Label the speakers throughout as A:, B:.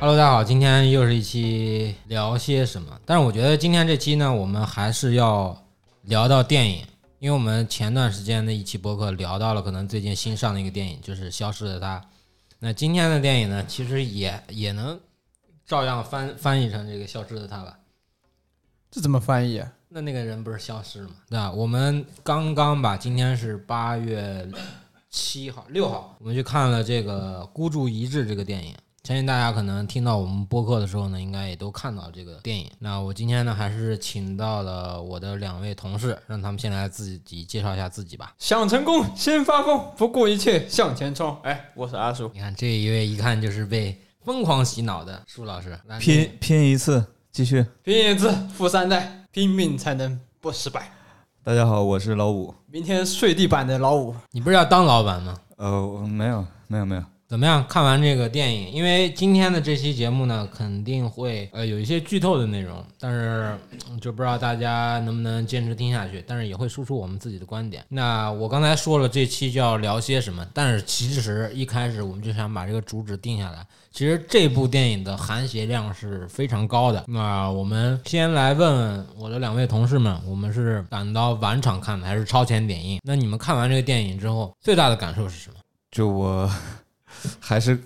A: Hello，大家好，今天又是一期聊些什么？但是我觉得今天这期呢，我们还是要聊到电影，因为我们前段时间的一期播客聊到了可能最近新上的一个电影，就是《消失的她》。那今天的电影呢，其实也也能照样翻翻译成这个《消失的她》吧？
B: 这怎么翻译、啊？
A: 那那个人不是消失了吗？对吧？我们刚刚吧，今天是八月七号、六号，我们去看了这个《孤注一掷》这个电影。相信大家可能听到我们播客的时候呢，应该也都看到这个电影。那我今天呢，还是请到了我的两位同事，让他们先来自己介绍一下自己吧。
B: 想成功，先发疯，不顾一切向前冲。哎，我是阿叔，
A: 你看这一位，一看就是被疯狂洗脑的舒老师。来
C: 拼拼一次，继续。
B: 拼一次，富三代，拼命才能不失败。
C: 大家好，我是老五。
B: 明天睡地板的老五，
A: 你不是要当老板吗？
C: 呃，我没有，没有，没有。
A: 怎么样？看完这个电影，因为今天的这期节目呢，肯定会呃有一些剧透的内容，但是嗯就不知道大家能不能坚持听下去，但是也会输出我们自己的观点。那我刚才说了，这期就要聊些什么，但是其实一开始我们就想把这个主旨定下来。其实这部电影的含鞋量是非常高的。那我们先来问问我的两位同事们，我们是赶到晚场看的，还是超前点映？那你们看完这个电影之后，最大的感受是什么？
C: 就我 还是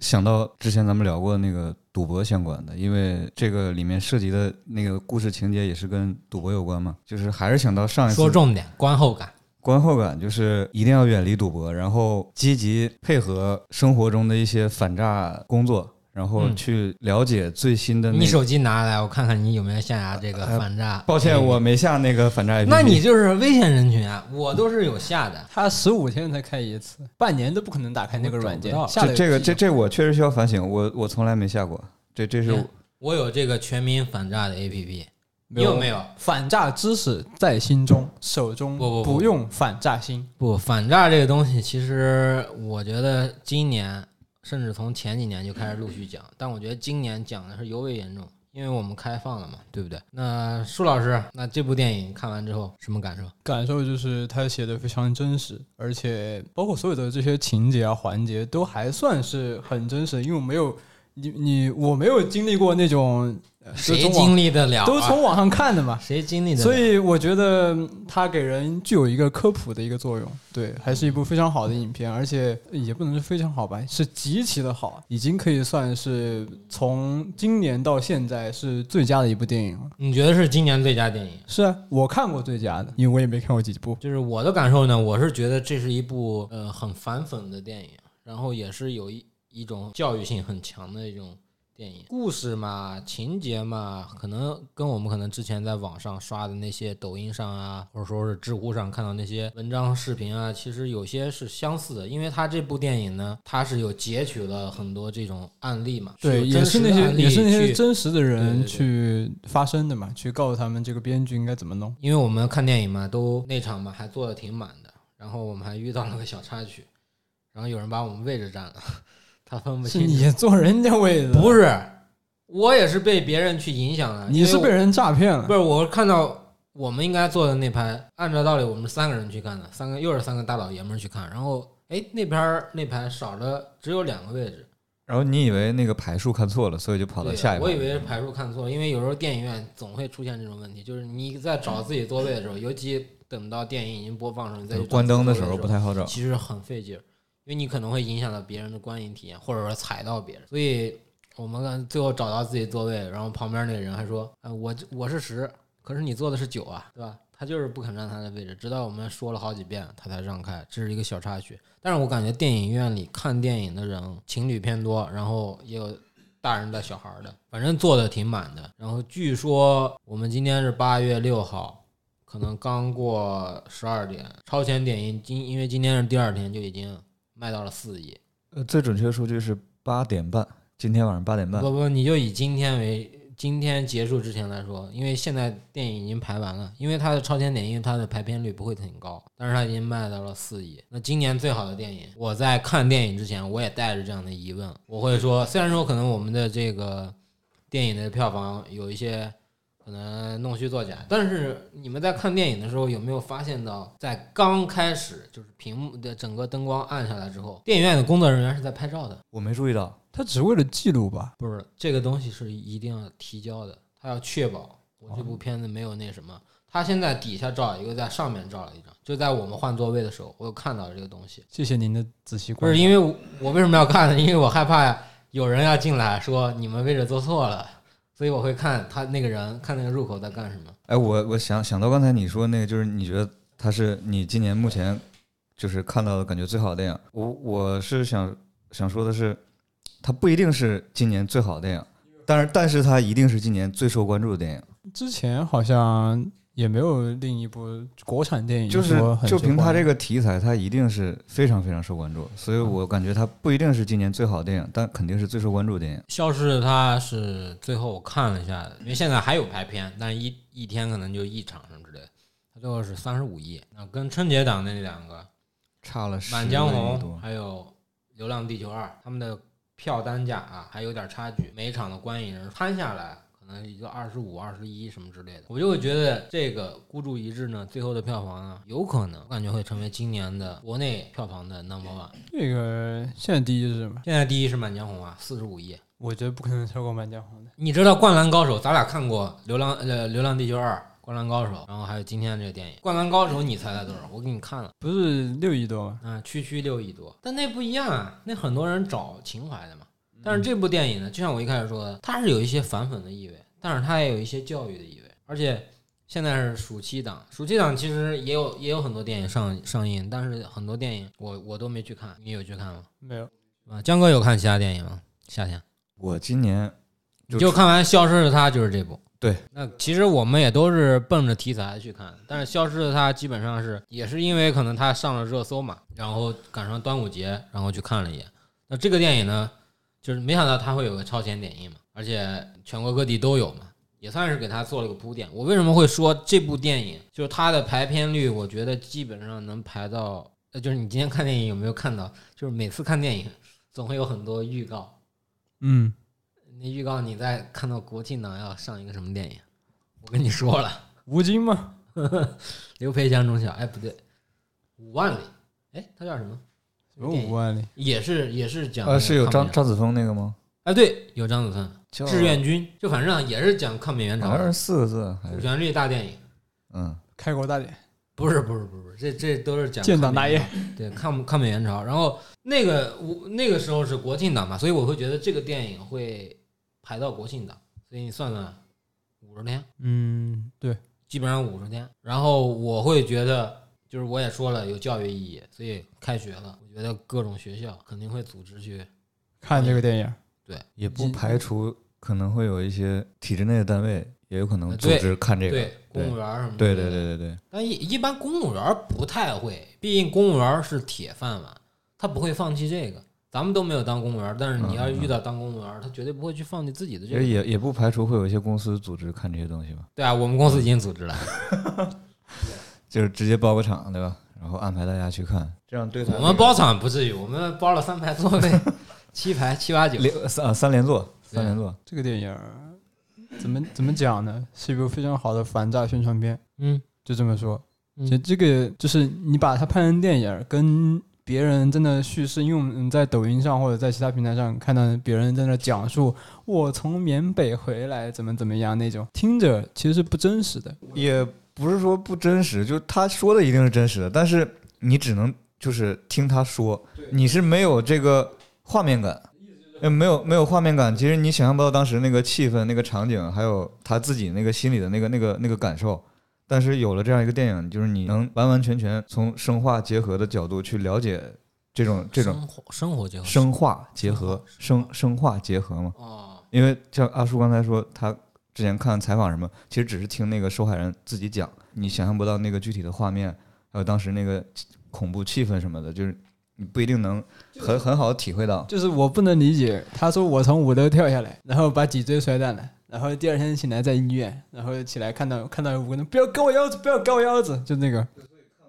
C: 想到之前咱们聊过的那个赌博相关的，因为这个里面涉及的那个故事情节也是跟赌博有关嘛，就是还是想到上一
A: 说
C: 次
A: 重点，观后感。
C: 观后感，就是一定要远离赌博，然后积极配合生活中的一些反诈工作，然后
A: 嗯
C: 去了解最新的那
A: 你
C: 个。
A: 手机拿来，我看看你有没有下达这个反诈。
C: 抱歉，我没下那个反诈 APP。
A: 那你就是危险人群啊！我都是有下的，
B: 他十五天才开一次，半年都不可能打开那个软件
A: 我找不。到
B: 下了
C: 这
B: 有
C: 这个
B: 屁
C: 这这我确实需要反省，我我从来没下过，这这是
A: 嗯我有这个全民反诈的 APP，你
B: 没
A: 有
B: 有
A: 没有？
B: 反诈知识在心中，手中
A: 不不不
B: 不用反诈心。
A: 不，反诈这个东西，其实我觉得今年甚至从前几年就开始陆续讲，但我觉得今年讲的是尤为严重，因为我们开放了嘛，对不对？那舒老师，那这部电影看完之后什么感受？
B: 感受就是他写的非常真实，而且包括所有的这些情节啊、环节都还算是很真实，因为我没有你你我没有经历过那种呃就
A: 谁
B: 从网
A: 经历得了、啊？
B: 都从网上看的嘛，
A: 谁经历得了？
B: 所以我觉得嗯它给人具有一个科普的一个作用，对，还是一部非常好的影片，而且也不能是非常好吧，是极其的好，已经可以算是从今年到现在是最佳的一部电影了。
A: 你觉得是今年最佳电影？
B: 是啊，我看过最佳的，因为我也没看过几部。
A: 就是我的感受呢，我是觉得这是一部呃很反讽的电影，然后也是有一一种教育性很强的一种电影。故事嘛，情节嘛，可能跟我们可能之前在网上刷的那些抖音上啊，或者说是知乎上看到那些文章、视频啊，其实有些是相似的，因为它这部电影呢，它是有截取了很多这种案例嘛，
B: 对，
A: 有
B: 也
A: 真
B: 是
A: 实
B: 那
A: 的
B: 些
A: 案例
B: 也是那
A: 去
B: 些真实的
A: 对对
B: 人
A: 对
B: 去发声的嘛，去告诉他们这个编剧应该怎么弄。
A: 因为我们看电影嘛，都那场嘛还坐的挺满的，然后我们还遇到了个小插曲，然后有人把我们位置占了， 他分不
B: 是
A: 清楚。
B: 你坐人家位子，
A: 不是，我也是被别人去影响了。
B: 你是
A: 因为
B: 被人诈骗
A: 我
B: 了
A: 不。是？我看到我们应该坐的那排，按照道理我们是三个人去看的，三个又是三个大老爷们儿去看，然后哎那边儿那排少了只有两个位置，
C: 然后你以为那个排数看错了，所以就跑到
A: 对啊
C: 下一排。
A: 我以为是排数看错了，因为有时候电影院总会出现这种问题，就是你在找自己座位的时候，尤其等到电影已经播放的时候，你再
C: 就
A: 去
C: 是
A: 找
C: 关灯的
A: 自
C: 时
A: 己座
C: 候
A: 位
C: 不太好找。
A: 其实很费劲儿，因为你可能会影响到别人的观影体验，或者说踩到别人。所以我们刚最后找到自己座位，然后旁边那个人还说：“啊、我我是十，可是你坐的是九啊，对吧？”他就是不肯让他的位置，直到我们说了好几遍，他才让开。这是一个小插曲，但是我感觉电影院里看电影的人情侣偏多，然后也有大人带小孩儿的，反正坐的挺满的。然后据说我们今天是八月六号，可能刚过十二点，超前点映今因为今天是第二天就已经卖到了四亿，
C: 呃，最准确数据是八点半，今天晚上八点半
A: 不。不，你就以今天为今天结束之前来说，因为现在电影已经排完了，因为它的超前点映它的排片率不会很高，但是它已经卖到了四亿。那今年最好的电影，我在看电影之前我也带着这样的疑问，我会说，虽然说可能我们的这个电影的票房有一些。可能弄虚作假，但是你们在看电影的时候有没有发现到，在刚开始就是屏幕的整个灯光暗下来之后，电影院的工作人员是在拍照的，
C: 我没注意到，
B: 他只为了记录吧？
A: 不是这个东西是一定要提交的，他要确保我这部片子没有那什么。他现在底下照了一个，在上面照了一张，就在我们换座位的时候，我有看到这个东西。
B: 谢谢您的仔细
A: 不
B: 观
A: 是
B: 察。
A: 因为我我为什么要看呢？因为我害怕有人要进来说你们位置坐错了，所以我会看他那个人看那个入口在干什么。
C: 哎，我我想想到刚才你说那个，就是你觉得它是你今年目前就是看到的感觉最好的电影。我我是想想说的是，它不一定是今年最好的电影，但是但是它一定是今年最受关注的电影。
B: 之前好像也没有另一部国产电影
C: 就是
B: 说很
C: 就凭它这
B: 个，
C: 个题材，它一定是非常非常受关注。所以
A: 嗯
C: 我感觉它不一定是今年最好的电影，但肯定是最受关注的电影。
A: 消失他是最后我看了一下，因为现在还有排片，但一一天可能就一场什么之类的。他最后是三十五亿，那跟春节档那两个
C: 差了
A: 《
C: 十
A: 满江红》
C: 多，
A: 还有《流浪地球二》，他们的票单价啊还有点差距，每一场的观影人摊下来可能一个二十五、二十一什么之类的，我就会觉得这个孤注一掷呢，最后的票房呢，有可能我感觉会成为今年的国内票房的 number one。
B: 这个现在第一是什么？
A: 现在第一是《满江红》啊，四十五亿。
B: 我觉得不可能超过《满江红》的。
A: 你知道《灌篮高手》？咱俩看过《流浪呃流浪地球二》《灌篮高手》，然后还有今天这个电影《灌篮高手》，你猜猜多少？我给你看了。
B: 不是六亿多吗？
A: 啊，区区六亿多，但那不一样啊，那很多人找情怀的嘛。但是这部电影呢，就像我一开始说的，它是有一些反讽的意味，但是它也有一些教育的意味。而且现在是暑期档，暑期档其实也有也有很多电影上上映，但是很多电影我我都没去看，你有去看吗？
B: 没有，
A: 啊，江哥有看其他电影吗？夏天
C: 我今年
A: 你就看完《消失的她》就是这部。
C: 对，
A: 那其实我们也都是奔着题材去看的，但是《消失的她》基本上是也是因为可能它上了热搜嘛，然后赶上端午节，然后去看了一眼。那这个电影呢，就是没想到它会有个超前点映嘛，而且全国各地都有嘛，也算是给它做了个铺垫。我为什么会说这部电影就是它的排片率，我觉得基本上能排到，呃，就是你今天看电影有没有看到，就是每次看电影总会有很多预告。
B: 嗯，
A: 那预告你在看到国庆档要上一个什么电影？我跟你说了，
B: 吴京吗？
A: 刘培强中小，哎不对，五万里，哎他叫什么？
B: 什么五万里？
A: 也是也是讲
C: 呃是有
A: 抗
C: 张
A: 美
C: 张子枫那个吗？
A: 哎对有张子枫
C: 叫
A: 志愿军，就反正啊也是讲抗美援朝
C: 好像
A: 的
C: 是四个字还
A: 主
C: 是
A: 旋律大电影，
C: 嗯。
B: 开国大典，
A: 不是不是不是不是，这这都是讲
B: 建
A: 抗
B: 党
A: 美
B: 大
A: 援
B: 业。
A: 对，抗抗美援朝。然后那个我那个时候是国庆档嘛，所以我会觉得这个电影会排到国庆档，所以你算算五十天。
B: 嗯，对，
A: 基本上五十天。然后我会觉得，就是我也说了有教育意义，所以开学了，我觉得各种学校肯定会组织去。
B: 看这个电影，
C: 也不
B: 你
C: 排除可能会有一些体制内的单位也有可能组织看这个。
A: 呃对，公务员儿什么
C: 对
A: 的。
C: 对对对对，
A: 但一一般公务员儿不太会，毕竟公务员儿是铁饭碗，他不会放弃这个。咱们都没有当公务员儿，但是你要
C: 嗯嗯嗯
A: 遇到当公务员儿，他绝对不会去放弃自己的这
C: 也
A: 个。
C: 也也不排除会有一些公司组织看这些东西吧，
A: 对啊，我们公司已经组织了，
C: 就是直接包个场，对吧？然后安排大家去看，这样对他
A: 我们包场不至于，我们包了三排座位， 七排七八九。
C: 连嗯三呃三连坐，三连坐。
B: 这个电影怎么怎么讲呢？是一部非常好的反诈宣传片。
A: 嗯，
B: 就这么说。
A: 嗯
B: 这这个就是你把它拍成电影儿，跟别人真的叙事，因为我们在抖音上或者在其他平台上看到别人在那讲述我从缅北回来怎么怎么样那种，听着其实是不真实的。
C: 也不是说不真实，就是他说的一定是真实的，但是你只能就是听他说，你是没有这个画面感，呃，没有没有画面感。其实你想象不到当时那个气氛、那个场景，还有他自己那个心里的那个那个那个感受。但是有了这样一个电影，就是你能完完全全从生化结合的角度去了解这种这种
A: 生活生活结合
C: 生化结合、生生化结合嘛。
A: 哦，
C: 因为像阿叔刚才说，他之前看采访什么，其实只是听那个受害人自己讲，你想象不到那个具体的画面，还有当时那个恐怖气氛什么的，就是你不一定能很很好地体会到。
B: 就是我不能理解，他说我从五楼跳下来，然后把脊椎摔断了。然后第二天醒来在医院，然后起来看到看到有五个人，不要割我腰子，不要割我腰子，就那个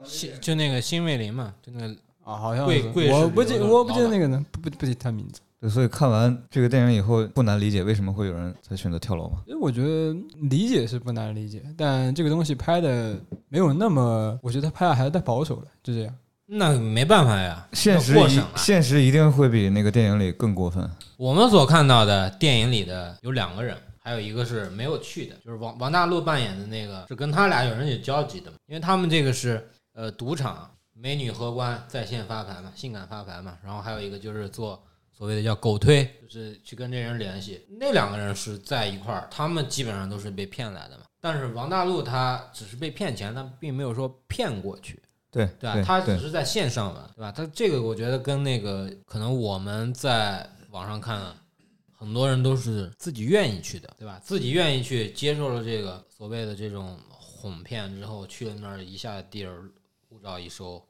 A: 新就那个新卫林嘛，就那个
B: 啊，好像
A: 贵
B: 是
A: 贵
B: 我
A: 是
B: 不
A: 旅
B: 记
A: 游的
B: 我不记得
A: 老板
B: 那个人，不不不记得他名字。
C: 对，所以看完这个电影以后，不难理解为什么会有人在选择跳楼嘛。
B: 其实我觉得理解是不难理解，但这个东西拍的没有那么，我觉得他拍的还是太保守了，就这样。
A: 那没办法呀，
C: 现实
A: 要过
C: 一
A: 审了。
C: 现实一定会比那个电影里更过分。
A: 我们所看到的电影里的有两个人，还有一个是没有去的，就是王王大陆扮演的那个是跟他俩有人有交集的嘛，因为他们这个是呃赌场美女荷官在线发牌嘛，性感发牌嘛，然后还有一个就是做所谓的叫狗推，就是去跟这人联系，那两个人是在一块儿，他们基本上都是被骗来的嘛，但是王大陆他只是被骗钱，他并没有说骗过去。
C: 对
A: 对
C: 对
A: 吧？他只
C: 对
A: 是在线上嘛，对吧？他这个我觉得跟那个可能我们在网上看，啊很多人都是自己愿意去的，对吧？自己愿意去接受了这个所谓的这种哄骗之后，去了那儿一下地儿护照一收，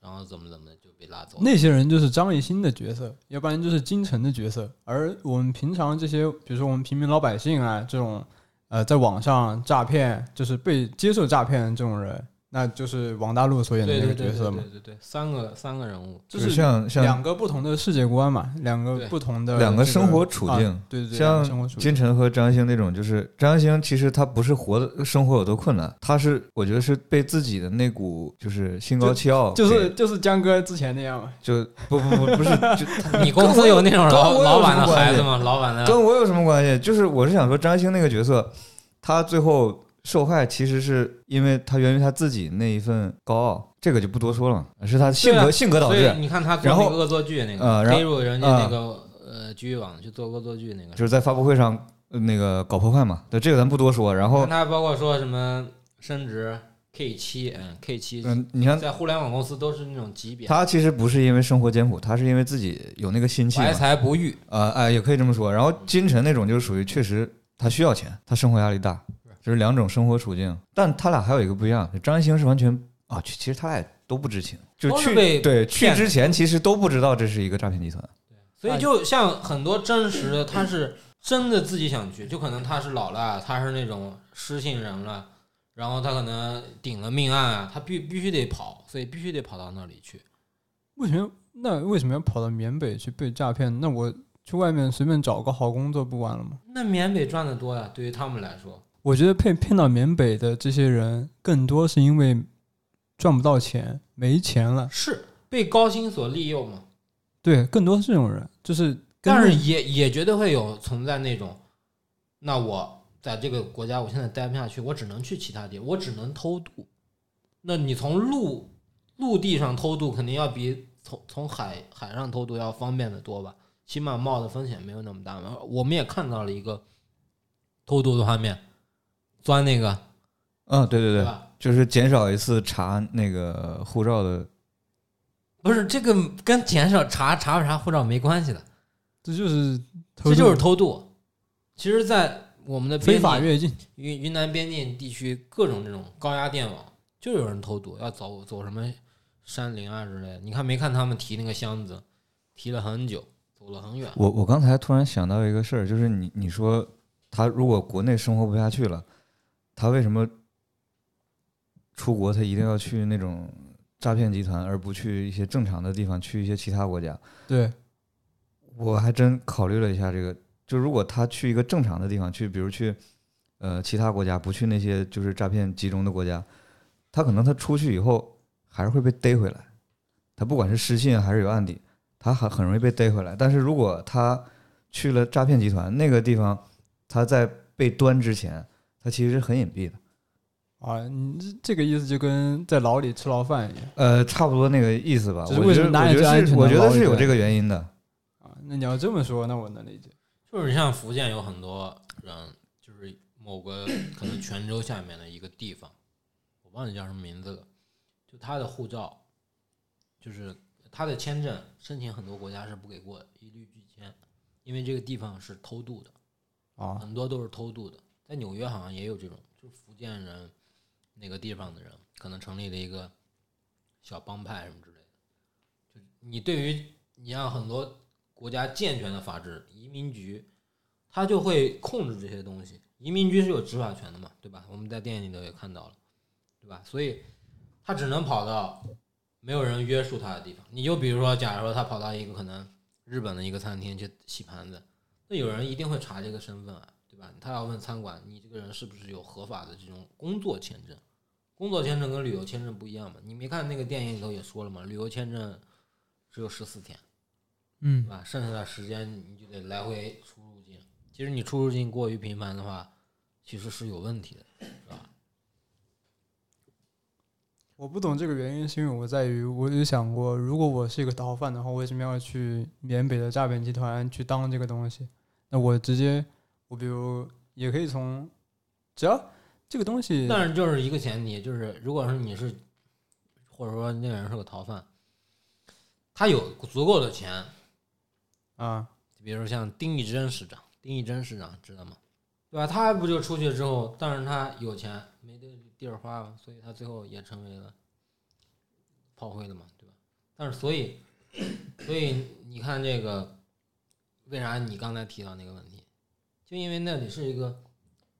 A: 然后怎么怎么就被拉走了。
B: 那些人就是张艺兴的角色，要不然就是金晨的角色。而我们平常这些，比如说我们平民老百姓啊，这种呃，在网上诈骗，就是被接受诈骗的这种人，那就是王大陆所演的
A: 对
B: 那
A: 对
B: 个
A: 对
B: 角
A: 对
B: 色嘛
A: 对。对对，三个三个人 物，
B: 就
C: 就是
B: 是
C: 像像
B: 两个不同的世界观嘛，两个
A: 对
B: 不同的
C: 两个
B: 这
C: 生活处
B: 啊
C: 境
B: 对对对，两个生活
C: 像
B: 处境
C: 金晨和张艺兴那种，就是张艺兴其实他不是活的生活有多困难，他是我觉得是被自己的那股就是心高气傲给，
B: 就是就是江哥之前那样嘛。
C: 就不不不 不是就
A: 你公司有那种
C: 跟我
A: 老老
C: 有什
A: 板
C: 么
A: 的
C: 关
A: 孩子
C: 系
A: 吗？老板的
C: 跟我有什么关系？就是我是想说，张艺兴那个角色，他最后受害其实是因为他源于他自己那一份高傲，这个就不多说了，是他性
A: 对啊
C: 格性格导
A: 所以
C: 致，
A: 你看他做
C: 然
A: 那
C: 后
A: 个恶作剧那
C: 呃
A: 个，
C: 然后
A: 黑入人家
C: 啊
A: 那个呃局域网去做恶作剧那个
C: 就，是在发布会上呃那个搞破坏嘛。对，这个咱不多说。然后
A: 看，他包括说什么升职 K 七，嗯，K 七
C: 嗯，你看
A: 在互联网公司都是那种级别，
C: 他其实不是因为生活艰苦，他是因为自己有那个心气嘛
A: 怀。才不遇，
C: 呃，哎，也可以这么说。然后金晨那种就是属于确实他需要钱，他生活压力大，就是两种生活处境。但他俩还有一个不一样，张艺兴是完全啊，其其实他俩都不知情，就
A: 都是
C: 去
A: 被
C: 对去
A: 骗
C: 之前其实都不知道这是一个诈骗集团。
A: 所以就像很多真实的，他是真的自己想去，就可能他是老了，他是那种失信人了，然后他可能顶了命案啊，他必必须得跑，所以必须得跑到那里去。
B: 为什么那为什么要跑到缅北去被诈骗？那我去外面随便找个好工作不完了吗？
A: 那缅北赚的多呀，对于他们来说，
B: 我觉得被骗到缅北的这些人，更多是因为赚不到钱，没钱了。
A: 是被高薪所利诱嘛？
B: 对，更多是这种人，就是跟
A: 但是
B: 着
A: 也也绝对会有存在那种，那我在这个国家我现在待不下去，我只能去其他地，我只能偷渡。那你从陆陆地上偷渡，肯定要比从从海海上偷渡要方便的多吧？起码冒的风险没有那么大嘛。我们也看到了一个偷渡的画面，钻那个
C: 嗯，对对
A: 对
C: 对，
A: 吧？
C: 就是减少一次查那个护照的。
A: 不是这个跟减少查查不查护照没关系的，
B: 这就是偷
A: 这就是
B: 渡
A: 偷渡。其实，在我们的
B: 非
A: 边
B: 法
A: 境
B: 越境。
A: 云云南边境地区各种这种高压电网，就有人偷渡，要走走什么山林啊之类的。你看没看他们提那个箱子，提了很久，走了很远。
C: 我我刚才突然想到一个事儿，就是你你说他如果国内生活不下去了，他为什么出国？他一定要去那种诈骗集团，而不去一些正常的地方，去一些其他国家？
B: 对，
C: 我还真考虑了一下这个，就如果他去一个正常的地方，去比如去呃其他国家，不去那些就是诈骗集中的国家，他可能他出去以后还是会被逮回来。他不管是失信还是有案底，他很很容易被逮回来。但是如果他去了诈骗集团那个地方，他在被端之前，他其实是很隐蔽的。
B: 啊，你这这个意思就跟在牢里吃牢饭一样
C: 呃，差不多那个意思吧。
B: 就是
C: 我
B: 为什
C: 觉
B: 么
C: 得
B: 拿
C: 我
B: 你
C: 觉
B: 这安
C: 得是
B: 全
C: 我
B: 的
C: 觉
B: 牢
C: 得
B: 里
C: 是有
B: 边
C: 这个原因的。
B: 啊。那你要这么说，那我能理解。
A: 就是你像福建有很多人，就是某个可能泉州下面的一个地方，我忘记叫什么名字了，就他的护照，就是他的签证申请很多国家是不给过的，一律拒签，因为这个地方是偷渡的。
B: 啊，
A: 很多都是偷渡的。在纽约好像也有这种，就是福建人那个地方的人，可能成立了一个小帮派什么之类的。就你对于你让很多国家健全的法制，移民局他就会控制这些东西。移民局是有执法权的嘛，对吧？我们在电影里头也看到了，对吧？所以他只能跑到没有人约束他的地方。你就比如说，假如说他跑到一个可能日本的一个餐厅去洗盘子，那有人一定会查这个身份啊，对吧？他要问餐馆，你这个人是不是有合法的这种工作签证、工作签证跟旅游签证不一样嘛？你没看那个电影里头也说了嘛，旅游签证只有十四天，
B: 嗯
A: 对吧？剩下的时间你就得来回出入境。其实你出入境过于频繁的话，其实是有问题的，是吧？
B: 我不懂这个原因，是因为我在于，我有想过，如果我是一个逃犯的话，为什么要去缅北的诈骗集团去当这个东西？那我直接，我比如也可以从，只要这个东西，
A: 但是就是一个前提，就是如果是你是，或者说那个人是个逃犯，他有足够的钱，
B: 啊，
A: 比如说像丁义珍市长，丁义珍市长知道吗？对吧？他不就出去之后，但是他有钱没地地儿花了，所以他最后也成为了炮灰了嘛，对吧？但是所以，所以你看这个，为啥你刚才提到那个问题，就因为那里是一个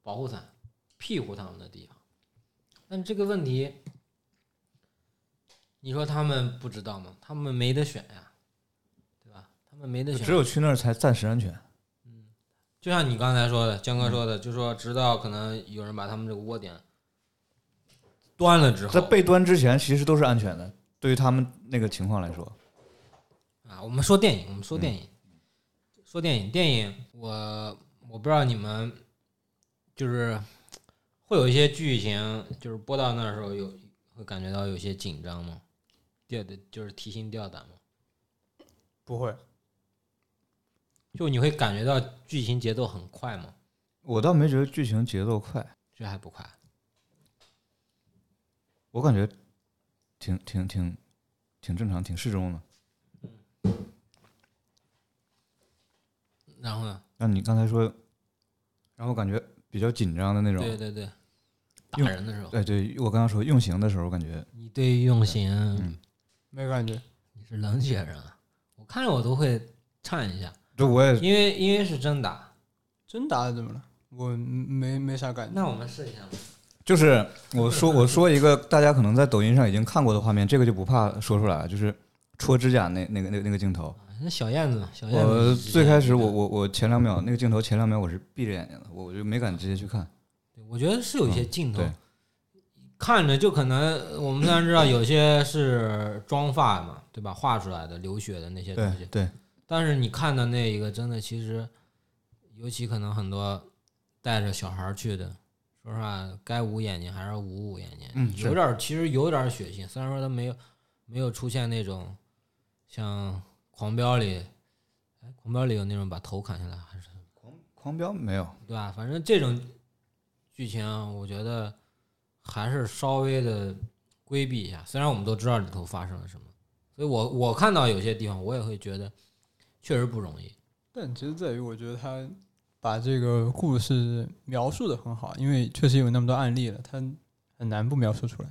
A: 保护伞、庇护他们的地方。但这个问题，你说他们不知道吗？他们没得选呀，对吧？他们没得选，
C: 只有去那儿才暂时安全。
A: 就像你刚才说的，江
C: 嗯
A: 哥说的，就说直到可能有人把他们这个窝点端了之
C: 在
A: 后，
C: 被端之前，其实都是安全的。对于他们那个情况来说，
A: 啊，我们说电影，我们
C: 嗯
A: 说电影，说电影，电影，我我不知道你们就是会有一些剧情，就是播到那儿的时候有会感觉到有些紧张吗？吊的就是提心吊胆吗？
B: 不会，
A: 就你会感觉到剧情节奏很快吗？
C: 我倒没觉得剧情节奏快，
A: 这还不快，
C: 我感觉挺挺挺挺正常，挺适中的。
A: 然后呢？
C: 那你刚才说，让我感觉比较紧张的那种。
A: 对对对，打
C: 用
A: 人的时候，
C: 对对，我刚刚说用刑的时候，我感觉
A: 你对于用刑。
C: 嗯
B: 没感觉，
A: 你是冷血人啊，我看着我都会颤一下，
C: 这我也
A: 因为因为是真打。
B: 真打的怎么了？我没没啥感觉，
A: 那我们试一下吧。
C: 就是我说我说一个大家可能在抖音上已经看过的画面，这个就不怕说出来了，就是戳指甲那那个那个那个镜头。
A: 那小燕子，小燕子，
C: 我呃最开始我我我前两秒那个镜头前两秒我是闭着眼睛的，我我就没敢直接去看。
A: 对我觉得是有一些镜头、
C: 嗯对
A: 看着就可能，我们虽然知道有些是妆发嘛，对吧？画出来的流血的那些东
C: 对
A: 西，
C: 对，
A: 但是你看的那一个真的，其实尤其可能很多带着小孩儿去的，说实话，该捂眼睛还是捂捂眼睛，
C: 嗯是
A: 有点儿其实有点儿血腥，虽然说他没有没有出现那种像《狂飙》里，哎，《狂飙》里有那种把头砍下来还是
C: 狂飙没有，
A: 对吧？反正这种剧情，我觉得还是稍微的规避一下。虽然我们都知道里头发生了什么，所以我我看到有些地方，我也会觉得确实不容易。
B: 但其实在于，我觉得他把这个故事描述的很好，因为确实有那么多案例了，他很难不描述出来。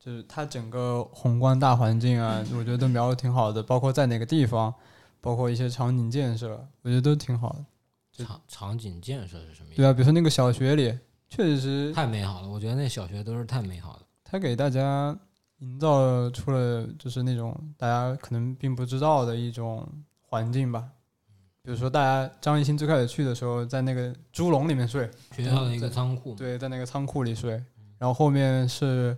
B: 就是他整个宏观大环境啊，我觉得都描的挺好的，包括在哪个地方，包括一些场景建设，我觉得都挺好的。这
A: 场场景建设是什么意思？
B: 对啊，比如说那个小学里，确实
A: 太美好了，我觉得那小学都是太美好了。
B: 他给大家营造出了就是那种大家可能并不知道的一种环境吧。比如说，大家张艺兴最开始去的时候，在那个猪笼里面睡，
A: 学校的一个仓
C: 嗯
A: 库嘛，
B: 对，在那个仓库里睡，然后后面是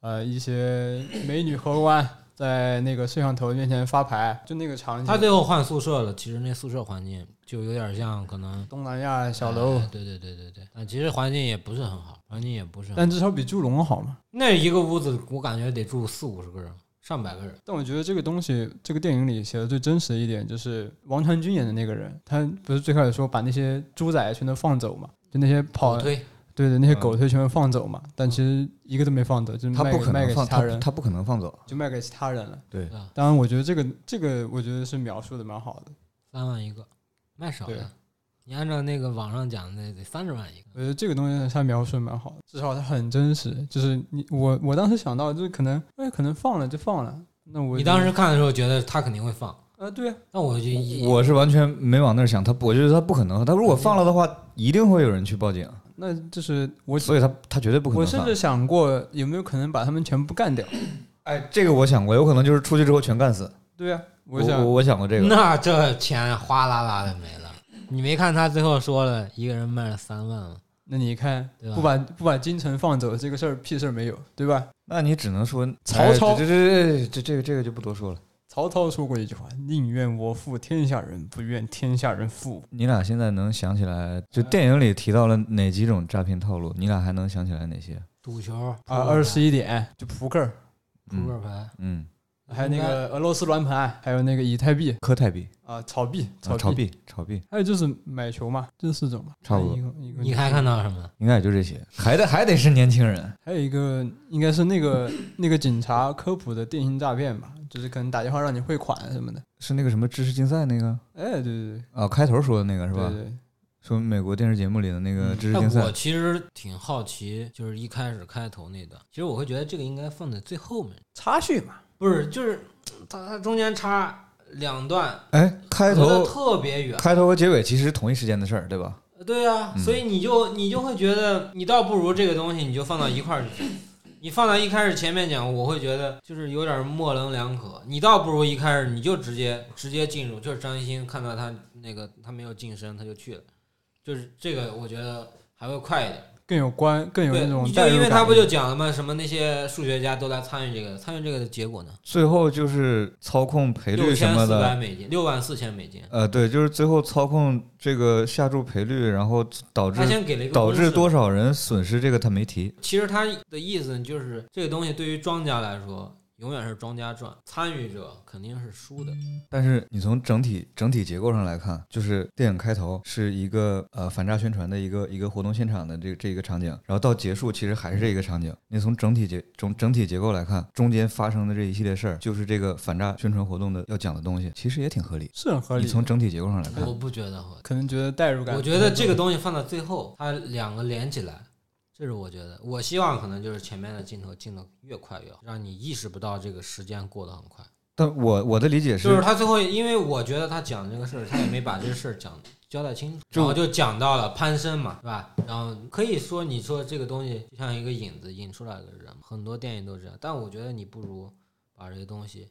B: 呃一些美女荷官在那个摄像头面前发牌，就那个场景。
A: 他最后换宿舍了。其实那宿舍环境就有点像可能
B: 东南亚小楼
A: 哎，对对对对对。但其实环境也不是很好，环境也不是很好。
B: 但至少比猪笼好嘛。
A: 那一个屋子，我感觉得住四五十个人，上百个人。
B: 但我觉得这个东西，这个电影里写的最真实的一点就是王传君演的那个人，他不是最开始说把那些猪仔全都放走嘛，就那些跑
A: 狗推
B: 对的那些
C: 嗯
B: 狗腿全部放走嘛，但其实一个都没放走，就
C: 他
B: 卖
C: 不
B: 给
C: 可
B: 卖
C: 能
B: 给
C: 放
B: 其他
C: 他
B: 人，
C: 他不可能放走。
B: 就卖给其他人了。
C: 对
A: 是，吧？
B: 当然，我觉得这个这个，我觉得是描述的蛮好的。
A: 三万一个，卖少
B: 对啊
A: 了。你按照那个网上讲的，得三十万一个。
B: 我觉得这个东西它描述得蛮好的，至少它很真实。就是你我我当时想到就是可能哎可能放了就放了，那我
A: 你
B: 就
A: 当时看的时候觉得他肯定会放，
B: 啊对啊，
A: 那我就一
C: 我是完全没往那儿想，他我觉得他不可能，他如果放了的话，一定会有人去报警，
B: 那就是我
C: 所以他他绝对不可
B: 我
C: 能
B: 甚
C: 放
B: 至。想过有没有可能把他们全部干掉。
C: 哎，这个我想过，有可能就是出去之后全干死。
B: 对呀、
C: 我
B: 我想
C: 我想过这个，
A: 那这钱哗啦啦的没了。你没看他最后说了一个人卖了三万吗？
B: 那你看
A: 对，吧
B: 不把不把京城放走这个事儿屁事儿没有，对吧？
C: 那你只能说
B: 曹操
C: 哎这这这这这个这个就不多说了。
B: 曹操说过一句话：“宁愿我负天下人，不愿天下人负我。
C: 你俩现在能想起来，就
B: 啊
C: 电影里提到了哪几种诈骗套路？你俩还能想起来哪些？
A: 赌球”
B: 啊，二十一点就扑克儿，
A: 扑克
C: 嗯
A: 牌，
C: 嗯，
B: 还有那个俄罗斯轮盘，还有那个以太币
C: 科泰币、
B: 啊，炒币，
C: 啊
B: 炒
C: 炒，币、炒币，
B: 还有就是买球嘛，这四种嘛，
C: 差不多
B: 一共一共
A: 你还看到什么？
C: 应该也就这些，还得还得是年轻人。
B: 还有一个应该是那个 那个警察科普的电信诈骗吧，就是可能打电话让你汇款什么的。
C: 是那个什么知识竞赛那个
B: 哎，对对
C: 啊，开头说的那个是
B: 对，
C: 吧？
B: 对对，
C: 说美国电视节目里的那个
B: 嗯
C: 知识
A: 但
C: 竞
A: 我
C: 赛，
A: 其实挺好奇，就是一开始开头那段，其实我会觉得这个应该放在最后面，
B: 插叙嘛，
A: 不是，就是它它中间插两段，
C: 哎，开
A: 隔得
C: 头
A: 特别远，
C: 开头和结尾其实同一时间的事儿，对吧？
A: 对呀、
C: 嗯
A: 所以你就你就会觉得，你倒不如这个东西你就放到一块儿去。你放到一开始前面讲，我会觉得就是有点模棱两可。你倒不如一开始你就直接直接进入，就是张艺兴看到他那个他没有晋升，他就去了，就是这个我觉得还会快一点。
B: 更有关，更有
A: 对
B: 那，种
A: 你
B: 代
A: 就
B: 入感。
A: 因为他不就讲了吗？什么那些数学家都来参与这个，参与这个的结果呢？
C: 最后就是操控赔
A: 六
C: 率哎什
A: 千
C: 么
A: 四
C: 的
A: 百，美金，六万四千美金。
C: 呃，对，就是最后操控这个下注赔率，然后导致
A: 他先给了一个
C: 导
A: 公
C: 致
A: 式
C: 多少人损失，这个他没提。
A: 其实他的意思就是，这个东西对于庄家来说，永远是庄家赚，参与者肯定是输的。
C: 但是你从整体整体结构上来看，就是电影开头是一个呃反诈宣传的一个一个活动现场的这个这一个场景，然后到结束其实还是这一个场景。你从整体结从整体结构来看，中间发生的这一系列事儿，就是这个反诈宣传活动的要讲的东西，其实也挺合理。
B: 是很合理
C: 你
B: 的，
C: 从整体结构上来看
A: 我，不觉得会，
B: 可能觉得代入感。
A: 我觉得这个东西放到最后，它两个连起来，这是我觉得。我希望可能就是前面的镜头进的越快越好，让你意识不到这个时间过得很快。
C: 但我我的理解
A: 就是
C: 是，
A: 他最后，因为我觉得他讲这个事儿，他也没把这个事儿讲交代清楚，
C: 就
A: 然后就讲到了潘森嘛，是吧？然后可以说，你说这个东西就像一个引子引出来的人，很多电影都这样。但我觉得你不如把这个东西，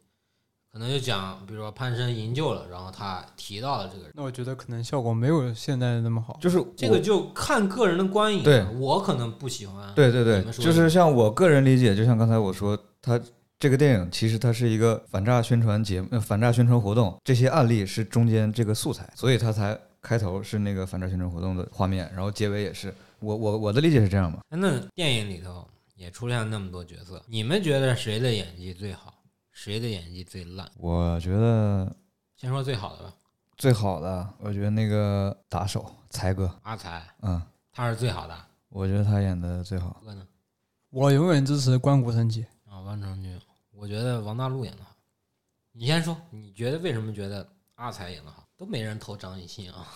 A: 可能就讲，比如说潘森营救了，然后他提到了这个人，
B: 那我觉得可能效果没有现在那么好。
C: 就是
A: 这
C: 我
A: 个就看个人的观影了。
C: 对
A: 我可能不喜欢。
C: 对对对
A: 啊你们，说
C: 就
A: 的
C: 是像我个人理解，就像刚才我说，它这个电影其实它是一个反诈宣传节目、呃反诈宣传活动，这些案例是中间这个素材，所以它才开头是那个反诈宣传活动的画面，然后结尾也是。我我我的理解是这样嘛？
A: 那电影里头也出现了那么多角色，你们觉得谁的演技最好，谁的演技最烂？
C: 我觉得
A: 先说最好的吧，
C: 最好的，我觉得那个打手才哥，
A: 阿才。
C: 嗯，
A: 他是最好的。
C: 我觉得他演的最好。
A: 哥呢？
B: 我永远支持关谷神奇，
A: 啊，王成军，我觉得王大陆演的好。你先说，你觉得为什么觉得阿才演的好？都没人投张艺兴啊。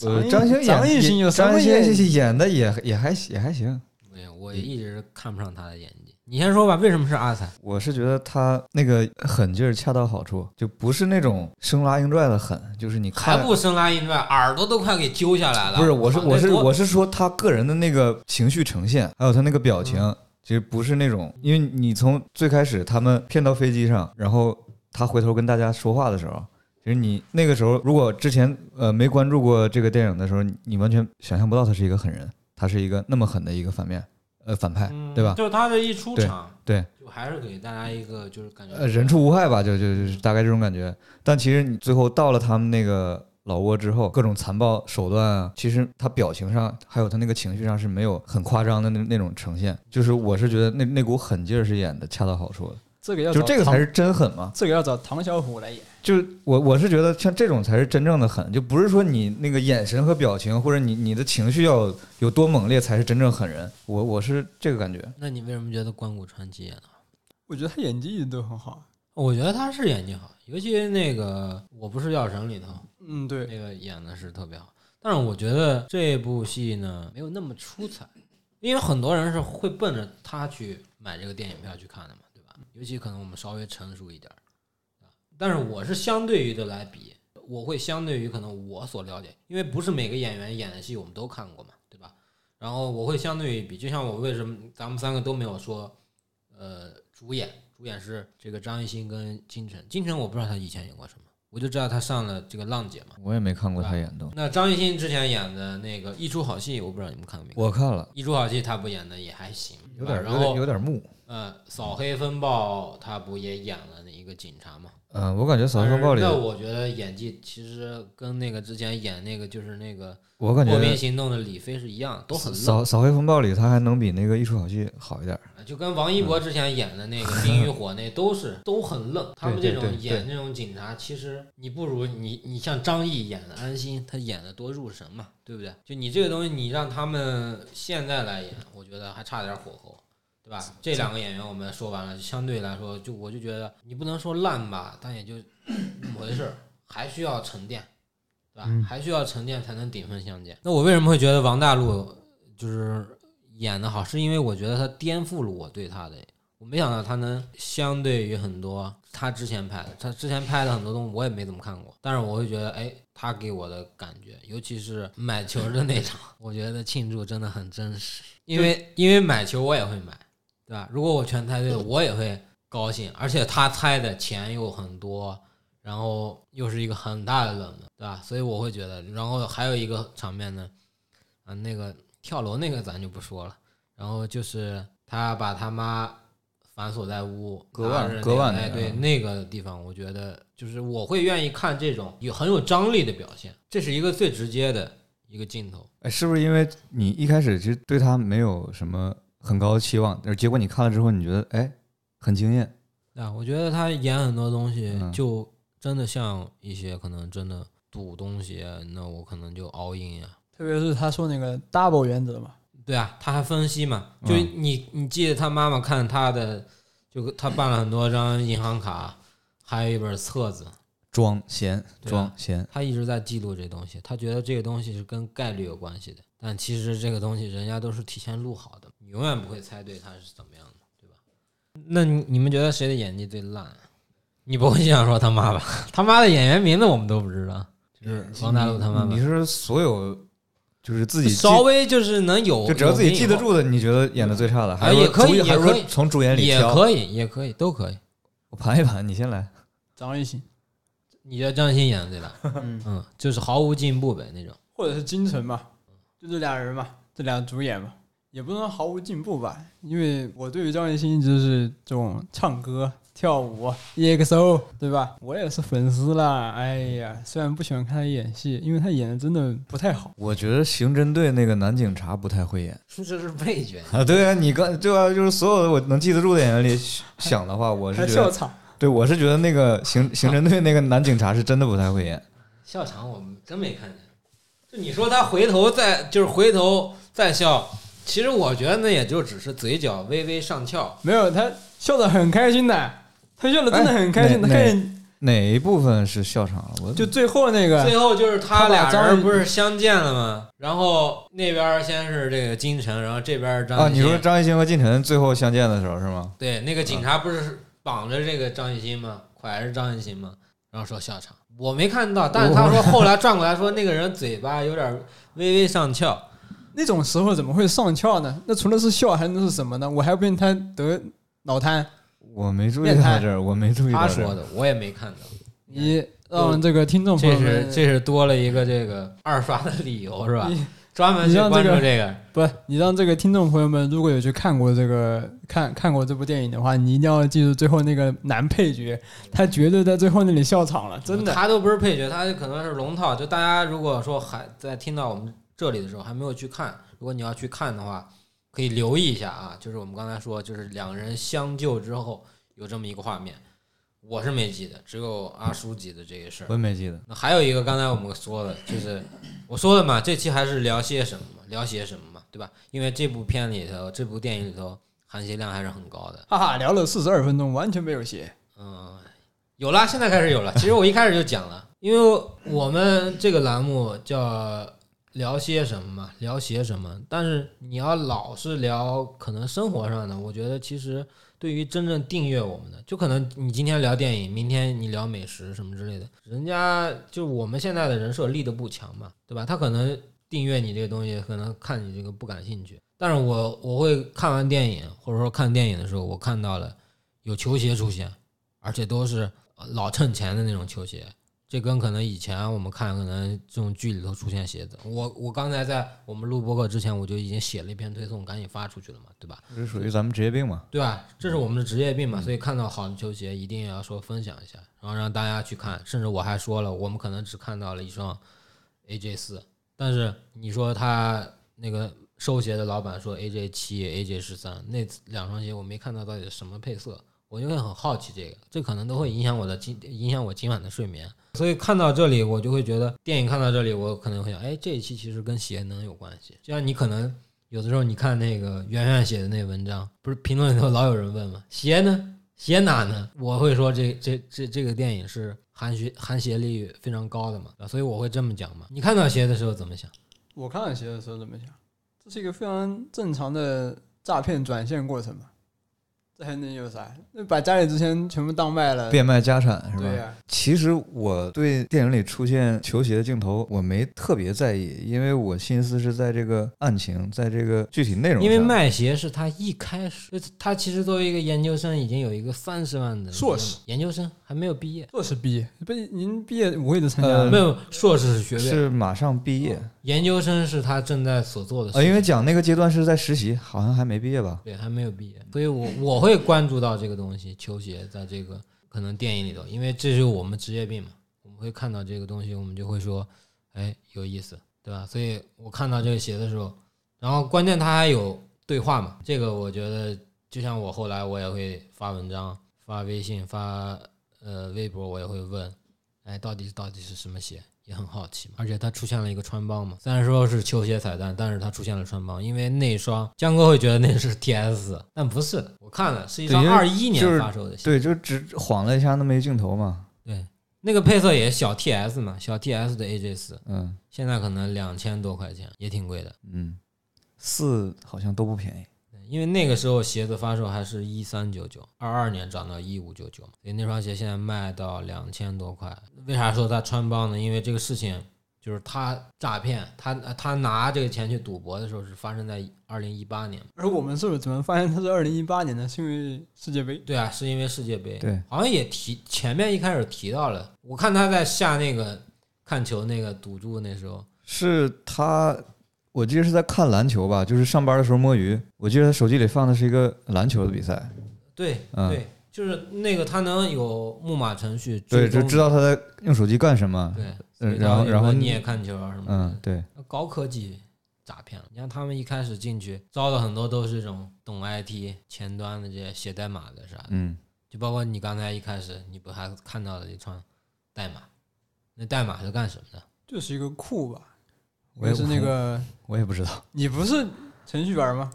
C: 呃，
B: 张
C: 张
B: 艺
C: 欣演
B: 张艺兴有什么
C: 张欣
B: 演技
C: 演的也也还也还行，
A: 没有，我一直看不上他的演技。你先说吧，为什么是阿才？
C: 我是觉得他那个狠劲儿恰到好处，就不是那种生拉硬拽的狠，就是你
A: 还
C: 看
A: 不生拉硬拽，耳朵都快给揪下来了。
C: 不是，我是
A: 哇
C: 我是
A: 那多
C: 我是说他个人的那个情绪呈现，还有他那个表情，
A: 嗯
C: 其实不是那种，因为你从最开始他们骗到飞机上，然后他回头跟大家说话的时候。其实你那个时候，如果之前呃没关注过这个电影的时候，你你完全想象不到他是一个狠人，他是一个那么狠的一个反面，呃反派，对吧？
A: 嗯就是他这一出场，
C: 对对，
A: 就还是给大家一个就是感觉
C: 呃，人畜无害吧，就就就是大概这种感觉。但其实你最后到了他们那个老挝之后，各种残暴手段啊，其实他表情上还有他那个情绪上是没有很夸张的那那种呈现。就是我是觉得那那股狠劲儿是演的恰到好处的，
B: 这个要
C: 就
B: 找
C: 这个才
B: 唐
C: 是真狠嘛。
B: 这个要找唐小虎来演。
C: 就是我我是觉得像这种才是真正的狠，就不是说你那个眼神和表情或者你你的情绪要有有多猛烈才是真正狠人。我我是这个感觉。
A: 那你为什么觉得关谷传奇演的好？
B: 我觉得他演技一直都很好。
A: 我觉得他是演技好，尤其那个《我不是药神》里头，
B: 嗯，对，
A: 那个演的是特别好。但是我觉得这部戏呢没有那么出彩，因为很多人是会奔着他去买这个电影票去看的嘛，对吧？尤其可能我们稍微成熟一点儿，啊但是我是相对于的来比，我会相对于可能我所了解，因为不是每个演员演的戏我们都看过嘛，对吧？然后我会相对于比，就像我为什么咱们三个都没有说，呃，主演主演是这个张艺兴跟金晨，金晨我不知道他以前演过什么。我就知道他上了这个浪姐嘛。
C: 我也没看过他演的，
A: 那张艺兴之前演的那个《一出好戏》，我不知道你们看过没看？
C: 我看了，
A: 一出好戏他不演的也还行，
D: 有点
A: 是吧
D: 有
A: 啊然
D: 点
A: 后
D: 有点木，
A: 呃，扫黑风暴他不也演了那一个警察嘛？
C: 嗯、我感觉《扫黑风暴》里
A: 但，哎是那我觉得演技其实跟那个之前演那个就是那个
C: 我
A: 《
C: 感觉
A: 破冰行动》的李飞是一样，都很烂，
C: 扫扫黑风暴里他还能比那个一出好戏好一点儿。
A: 就跟王一博之前演的那个《冰与火》那都是都很愣。他们这种演这种警察，其实你不如你你像张译演的安心，他演的多入神嘛，对不对？就你这个东西，你让他们现在来演，我觉得还差点火候。对吧？这两个演员我们说完了，相对来说，就我就觉得你不能说烂吧，但也就那么回事儿，还需要沉淀，对吧？还需要沉淀才能顶峰相见。那我为什么会觉得王大陆就是演的好，是因为我觉得他颠覆了我对他的，我没想到他能相对于很多他之前拍的，他之前拍的很多东西我也没怎么看过，但是我会觉得，哎，他给我的感觉，尤其是买球的那场，我觉得庆祝真的很真实，因为因为买球我也会买，对吧？如果我全猜对了，我也会高兴，而且他猜的钱又很多。然后又是一个很大的冷门，对吧？所以我会觉得，然后还有一个场面呢，啊，那个跳楼那个咱就不说了。然后就是他把他妈反锁在屋，
C: 隔
A: 拿
C: 腕
A: 着那个
C: 隔腕那个
A: 哎，对那个地方，我觉得就是我会愿意看这种有很有张力的表现，这是一个最直接的一个镜头。
C: 哎，是不是因为你一开始其实对他没有什么很高的期望，但是结果你看了之后，你觉得哎很惊艳？
A: 啊，我觉得他演很多东西
C: 嗯，
A: 就真的像一些可能真的赌东西，啊那我可能就 all in 呀、
B: 特别是他说那个 double 原则嘛，
A: 对啊，他还分析嘛，就
C: 嗯
A: 你你记得他妈妈看他的，就他办了很多张银行卡，还有一本册子，
C: 装闲
A: 对啊
C: 装闲，
A: 他一直在记录这东西，他觉得这个东西是跟概率有关系的，但其实这个东西人家都是提前录好的，你永远不会猜对他是怎么样的，对吧？那你你们觉得谁的演技最烂啊？你不会想说他妈吧？他妈的演员名字我们都不知道，就是王大陆他妈
C: 你
A: 妈
C: 你，是所有就是自己记
A: 稍微就是能有，
C: 就只要自己
A: 有名以
C: 记得
A: 后
C: 住的，你觉得演的最差的，还
A: 哎
C: 是
A: 也
C: 说
A: 可以
C: 主还是
A: 也可
C: 说
A: 以
C: 从主演里
A: 也
C: 挑？
A: 可以，也可以，都可以。
C: 我盘一盘，你先来。
B: 张艺兴，
A: 你觉得张艺兴演的最烂？
B: 嗯，
A: 嗯，就是毫无进步呗那种。
B: 或者是金晨嘛，就这俩人嘛，这俩主演嘛，也不能说毫无进步吧，因为我对于张艺兴一直是这种唱歌、跳舞、EXO，对吧？我也是粉丝啦。哎呀，虽然不喜欢看他演戏，因为他演的真的不太好。
C: 我觉得刑侦队那个男警察不太会演
A: 这是配角，
C: 啊。对啊，你刚对啊，就是所有的我能记得住的演员里想的话，我
B: 他
C: 是觉得
B: 笑场，
C: 对，我是觉得那个刑刑侦队那个男警察是真的不太会演。
A: 笑场我们真没看见。就你说他回头再就是回头再笑，其实我觉得那也就只是嘴角微微上翘。
B: 没有他笑得很开心的，他笑得真的很开心的。
C: 哎
B: 他看
C: 哪一部分是笑场了？我
B: 就最后那个，
A: 最后就是他
B: 他把
A: 俩
B: 张
A: 人不是相见了吗？然后那边先是这个金晨，然后这边是张
C: 啊，
A: 艺
C: 你
A: 兴
C: 说张艺兴和靳晨最后相见的时候是吗？
A: 对，那个警察不是绑着这个张艺兴吗？拐着张艺兴吗？然后说笑场，我没看到，但是他说后来转过来说那个人嘴巴有点微微上翘，
B: 那种时候怎么会上翘呢？那除了是笑还能是什么呢？我还不信他得脑瘫。
C: 我没注意
B: 变态
C: 到这儿，我没注意
A: 他
C: 到这
A: 说
C: 儿。
A: 的我也没看到。
B: 你让这个 听众朋
A: 这
B: 友
A: 是
B: 们，
A: 这是多了一个这个二刷的理由是吧
B: 你？
A: 专门去关注这个，
B: 不，你让这个听众朋友们，如果有去看过这个看看过这部电影的话，你一定要记住最后那个男配角，他绝对在最后那里笑场了， 真的。
A: 他都不是配角，他可能是龙套。就大家如果说还在听到我们这里的时候还没有去看，如果你要去看的话，可以留意一下啊。就是我们刚才说，就是两个人相救之后有这么一个画面，我是没记得，只有阿叔记得这个事儿
C: 我。也没记得，
A: 那还有一个，刚才我们说的就是我说的嘛，这期还是聊些什么嘛，聊些什么嘛，对吧？因为这部片里头，这部电影里头含金量还是很高的。
B: 哈哈，聊了四十二分钟，完全没有写。
A: 嗯，有了，现在开始有了。其实我一开始就讲了， 因为我们这个栏目叫聊些什么嘛，聊些什么。但是你要老是聊可能生活上的，我觉得其实对于真正订阅我们的，就可能你今天聊电影，明天你聊美食什么之类的，人家就我们现在的人设立的不强嘛，对吧？他可能订阅你这个东西，可能看你这个不感兴趣。但是我我会看完电影，或者说看电影的时候，我看到了有球鞋出现，而且都是呃老趁钱的那种球鞋。这跟可能以前我们看可能这种剧里头出现鞋子，我我刚才在我们录播客之前我就已经写了一篇推送，赶紧发出去了嘛，对吧？
C: 这属于咱们职业病嘛。
A: 对吧？这是我们的职业病嘛，所以看到好的球鞋一定要说分享一下，然后让大家去看。甚至我还说了，我们可能只看到了一双 AJ 四，但是你说他那个收鞋的老板说 AJ 七、AJ 十三那两双鞋我没看到到底是什么配色，我就会很好奇这个，这可能都会影响我的今影响我今晚的睡眠。所以看到这里，我就会觉得电影看到这里，我可能会想，哎，这一期其实跟鞋能有关系。就像你可能有的时候你看那个圆圆写的那文章，不是评论里头老有人问吗？鞋呢？鞋哪呢？我会说这这这这个电影是含学含鞋率非常高的嘛，啊所以我会这么讲嘛。你看到鞋的时候怎么想？
B: 我看到鞋的时候怎么想？这是一个非常正常的诈骗转现过程嘛？这还能有啥？那把家里之前全部当卖了，
C: 变卖家产是吧？
B: 对呀、
C: 其实我对电影里出现球鞋的镜头我没特别在意，因为我心思是在这个案情，在这个具体内容上。
A: 因为卖鞋是他一开始，就是他其实作为一个研究生，已经有一个三十万的
B: 硕士
A: 研究生，还没有毕业，
B: 硕士毕业，不是您毕业我也都参加
C: 呃
B: 了，
A: 没有硕士是学位，
C: 是马上毕业，
A: 研究生是他正在所做的事
C: 呃，
A: 情。
C: 因为讲那个阶段是在实习，好像还没毕业吧？
A: 对，还没有毕业，所以我我会关注到这个东西，球鞋在这个可能电影里头，因为这是我们职业病嘛，我们会看到这个东西，我们就会说，哎，有意思，对吧？所以我看到这个鞋的时候，然后关键它还有对话嘛，这个我觉得就像我后来我也会发文章、发微信、发呃微博，我也会问，哎，到底到底是什么鞋？也很好奇嘛，而且它出现了一个穿帮嘛，虽然说是球鞋彩蛋，但是它出现了穿帮，因为那双江哥会觉得那是 TS，但不是，我看了是一双
C: 对因为
A: 二一
C: 就是
A: 年发售的鞋，
C: 对，就只晃了一下那么一镜头嘛。
A: 对，那个配色也是小 TS 嘛，小 TS 的 AJ 四，
C: 嗯
A: 现在可能两千多块钱，也挺贵的，
C: 嗯，四好像都不便宜。
A: 因为那个时候鞋子发售还是一三九九，二二年涨到一五九九嘛，所以那双鞋现在卖到两千多块。为啥说它穿帮呢？因为这个事情就是他诈骗，他他拿这个钱去赌博的时候是发生在二零一八年嘛。
B: 而我们是不是怎么发现它是二零一八年呢？是因为世界杯，
A: 对啊，是因为世界杯，
C: 对，
A: 好像也提前面一开始提到了，我看他在下那个看球那个赌注那时候，
C: 是他，我记得是在看篮球吧，就是上班的时候摸鱼。我记得他手机里放的是一个篮球的比赛，
A: 对、
C: 嗯
A: 对，就是那个他能有木马程序
C: 对，
A: 追
C: 就
A: 踪，
C: 知道他在用手机干什么。
A: 对，
C: 嗯
A: 所以
C: 然后
A: 他有
C: 然后
A: 个
C: 你
A: 你也看球啊什么的，
C: 嗯，对，
A: 高科技诈骗了。你看他们一开始进去招的很多都是这种懂 IT 前端的这些写代码的啥的，
C: 嗯，
A: 就包括你刚才一开始你不还看到了一串代码，那代码是干什么的？
B: 就是一个库吧，
C: 我也
B: 就是那个
C: 我也不知道。
B: 你不是程序员吗？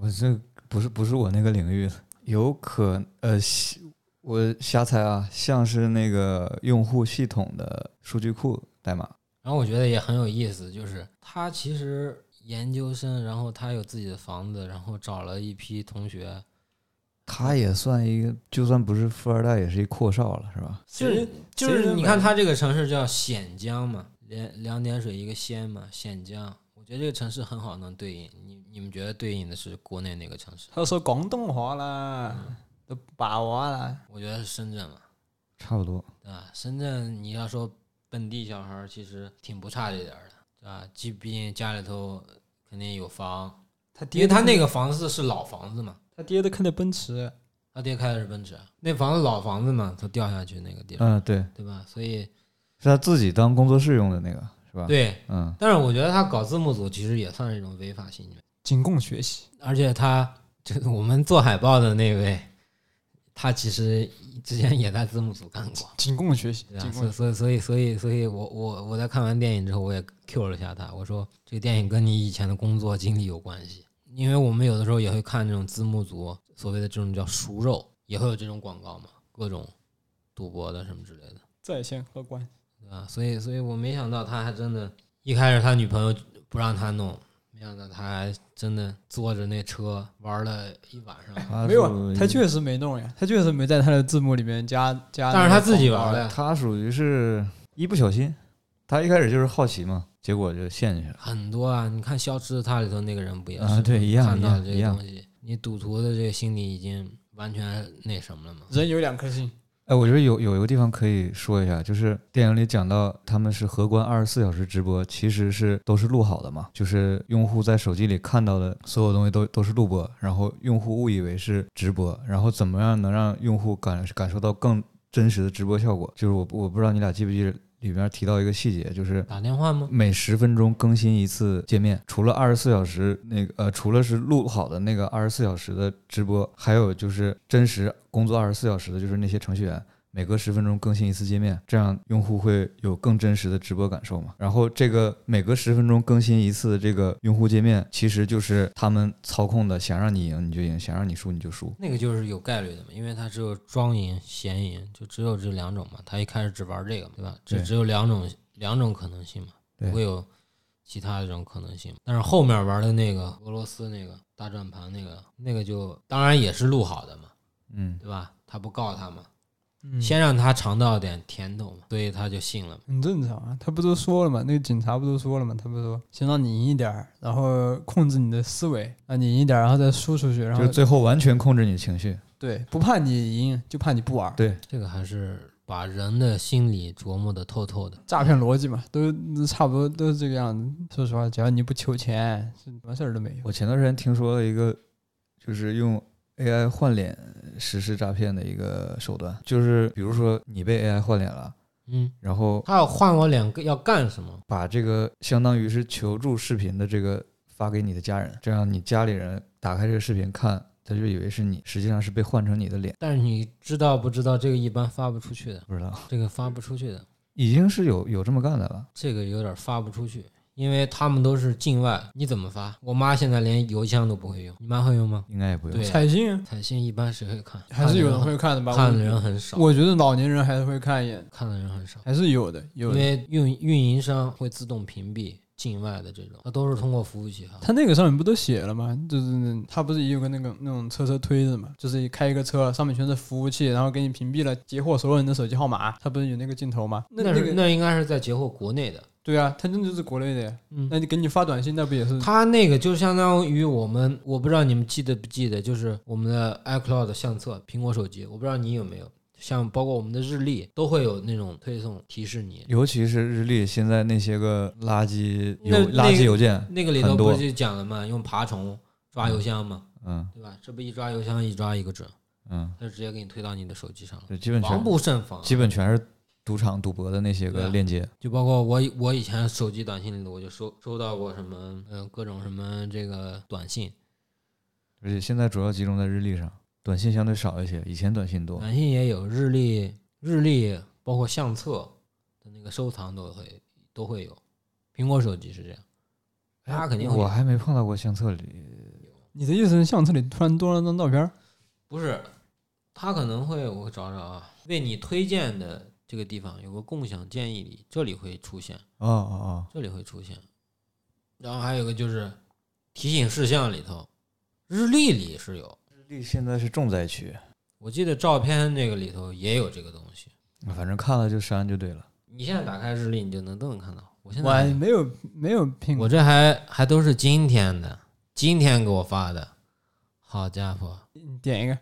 C: 我这不是不是我那个领域的，有可呃，西我瞎猜啊，像是那个用户系统的数据库代码。
A: 然后我觉得也很有意思，就是他其实研究生，然后他有自己的房子，然后找了一批同学，
C: 他也算一个，就算不是富二代，也是一阔少了，是吧？
A: 就是
B: 谁
A: 就是
B: 谁
A: 你看
B: 认为
A: 它这个城市叫显江嘛，两两点水一个仙嘛，显江。我觉得这个城市很好能对应，你你们觉得对应的是国内哪个城市？
B: 他说广东话啦，都把话啦，
A: 我觉得是深圳嘛，
C: 差不多。
A: 对吧？深圳你要说本地小孩儿其实挺不差这点儿的，对吧？既毕竟家里头肯定有房，
B: 他
A: 因
B: 爹
A: 为他那
B: 个
A: 个房子是老房子嘛，
B: 他爹都开的奔驰，
A: 他爹开的是奔驰，啊那房子老房子嘛，他掉下去那个地方，
C: 嗯，对，
A: 对吧？所以
C: 是他自己当工作室用的那个，是吧？，
A: 对，
C: 嗯，
A: 但是我觉得他搞字幕组其实也算是一种违法行为。
B: 仅供学习。
A: 而且他这我们做海报的那位，他其实之前也在字幕组干过，
B: 仅供学习，
A: 对
B: 仅
A: 啊，
B: 供
A: 所
B: 学
A: 以
B: 习
A: 所以所以所以所以我我我在看完电影之后，我也 Q 了一下他，我说这个电影跟你以前的工作经历有关系，因为我们有的时候也会看这种字幕组所谓的这种叫熟肉，也会有这种广告嘛，各种赌博的什么之类的，
B: 在线荷官，
A: 对吧？啊所以所以我没想到他还真的，一开始他女朋友不让他弄。没想到他还真的坐着那车玩了一晚上，
C: 他
B: 没有
C: 属
B: 啊，
C: 于
B: 他确实没弄呀，他确实没在他的字幕里面加加那个广告。
A: 但是他自己玩的
C: 他属于是一不小心，他一开始就是好奇嘛，结果就陷进去了。
A: 很多啊，你看《消失的她》里头那个人不也是、
C: 啊，对，一样
A: 看
C: 一
A: 到
C: 样
A: 这
C: 一
A: 个
C: 样
A: 东，西，你赌徒的这个心理已经完全那什么了嘛？
B: 人有两颗心，
C: 哎，我觉得有有一个地方可以说一下，就是电影里讲到他们是荷官二十四小时直播，其实是都是录好的嘛，就是用户在手机里看到的所有东西都都是录播，然后用户误以为是直播，然后怎么样能让用户感感受到更真实的直播效果？就是我我不知道你俩记不记得里面提到一个细节，就是
A: 打电话吗？
C: 每十分钟更新一次界面，除了二十四小时那个呃，除了是录好的那个二十四小时的直播，还有就是真实工作二十四小时的，就是那些程序员。每隔十分钟更新一次界面，这样用户会有更真实的直播感受嘛？然后这个每隔十分钟更新一次的这个用户界面，其实就是他们操控的，想让你赢你就赢，想让你输你就输。
A: 那个就是有概率的嘛，因为它只有庄赢、闲赢，就只有这两种嘛。他一开始只玩这个嘛，对吧？只
C: 对
A: 只有两种两种可能性嘛，
C: 对
A: 不会有其他的这种可能性。但是后面玩的那个俄罗斯那个大转盘那个那个就当然也是录好的嘛，
C: 嗯，
A: 对吧？他不告他嘛，
B: 嗯
A: 先让他尝到点甜头嘛，所以他就信了嘛。
B: 很正常啊，他不都说了嘛？那个警察不都说了嘛？他不说先让你赢一点儿，然后控制你的思维，让你赢一点儿，然后再输出去，然
C: 就是
B: 后
C: 最后完全控制你的情绪。
B: 对，不怕你赢，就怕你不玩儿。
C: 对，
A: 这个还是把人的心理琢磨的透透的。
B: 诈骗逻辑嘛，都都差不多，都是这个样子。说实话，只要你不求钱，是什么事儿都没有。
C: 我前段时间听说了一个，就是用 AI 换脸实施诈骗的一个手段，就是比如说你被 AI 换脸了，
A: 嗯，
C: 然后
A: 他要换我脸要干什么？
C: 把这个相当于是求助视频的这个发给你的家人，这样你家里人打开这个视频看，他就以为是你，实际上是被换成你的脸。
A: 但是你知道不知道这个一般发不出去的，
C: 不知道，
A: 这个发不出去的，
C: 已经是有有这么干的了。
A: 这个有点发不出去，因为他们都是境外，你怎么发？我妈现在连邮箱都不会用，你妈会用吗？
C: 应该也不用
A: 对，
B: 彩信啊
A: 彩信一般谁会看？
B: 还是有人会看的吧？
A: 看的人很少，
B: 我，我觉得老年人还是会看一眼，
A: 看的人很少，
B: 还是有的，有
A: 因
B: 的。
A: 为运运营商会自动屏蔽境外的这种，它都是通过服务器发。
B: 他那个上面不都写了吗？就是嗯他不是也有个那个那种车车推子嘛，就是开一个车，上面全是服务器，然后给你屏蔽了截获所有人的手机号码，他不是有那个镜头吗？那
A: 那
B: 那
A: 是
B: 个
A: 那应该是在截获国内的，
B: 对啊，他真的就是国内的呀。
A: 嗯
B: 那你给你发短信，那不也是？
A: 它那个就相当于我们，我不知道你们记得不记得，就是我们的 iCloud 相册，苹果手机，我不知道你有没有，像包括我们的日历都会有那种推送提示你。
C: 尤其是日历现在那些个垃圾邮
A: 那
C: 垃
A: 那
C: 圾
A: 个
C: 邮件，
A: 那个里头
C: 很
A: 不
C: 多
A: 是就讲了嘛，用爬虫抓邮箱嘛，
C: 嗯
A: 对吧？这不一抓邮箱一抓一个准，
C: 嗯，
A: 它就直接给你推到你的手机上了，
C: 就基本
A: 防
C: 全
A: 不胜防。
C: 基本全是赌场赌博的那些
A: 对啊
C: 个链接。
A: 就包括我以我以前手机短信里头，我就收收到过什么，嗯、各种什么这个短信，
C: 而且现在主要集中在日历上，短信相对少一些，以前短信多。哎
A: 短信也有，日历、日历包括相册的那个收藏都会都会有。苹果手机是这样，那肯定会
C: 我还没碰到过相册里，
B: 你的意思是相册里突然多了张照片儿？
A: 不是他可能会我找找啊，为你推荐的这个地方有个共享建议里，这里会出现，
C: 哦哦
A: 这里会出现。然后还有一个就是提醒事项里头，日历里是有，
C: 哦，日历现在是重灾区，
A: 我记得照片那个里头也有这个东西。
C: 反正看了就删就对了。
A: 你现在打开日历，你就能都能看到。我现在
B: 我
A: 还
B: 没有没有苹
A: 我
B: 果，
A: 这还还都是今天的，今天给我发的，好家伙，
B: 你点一个。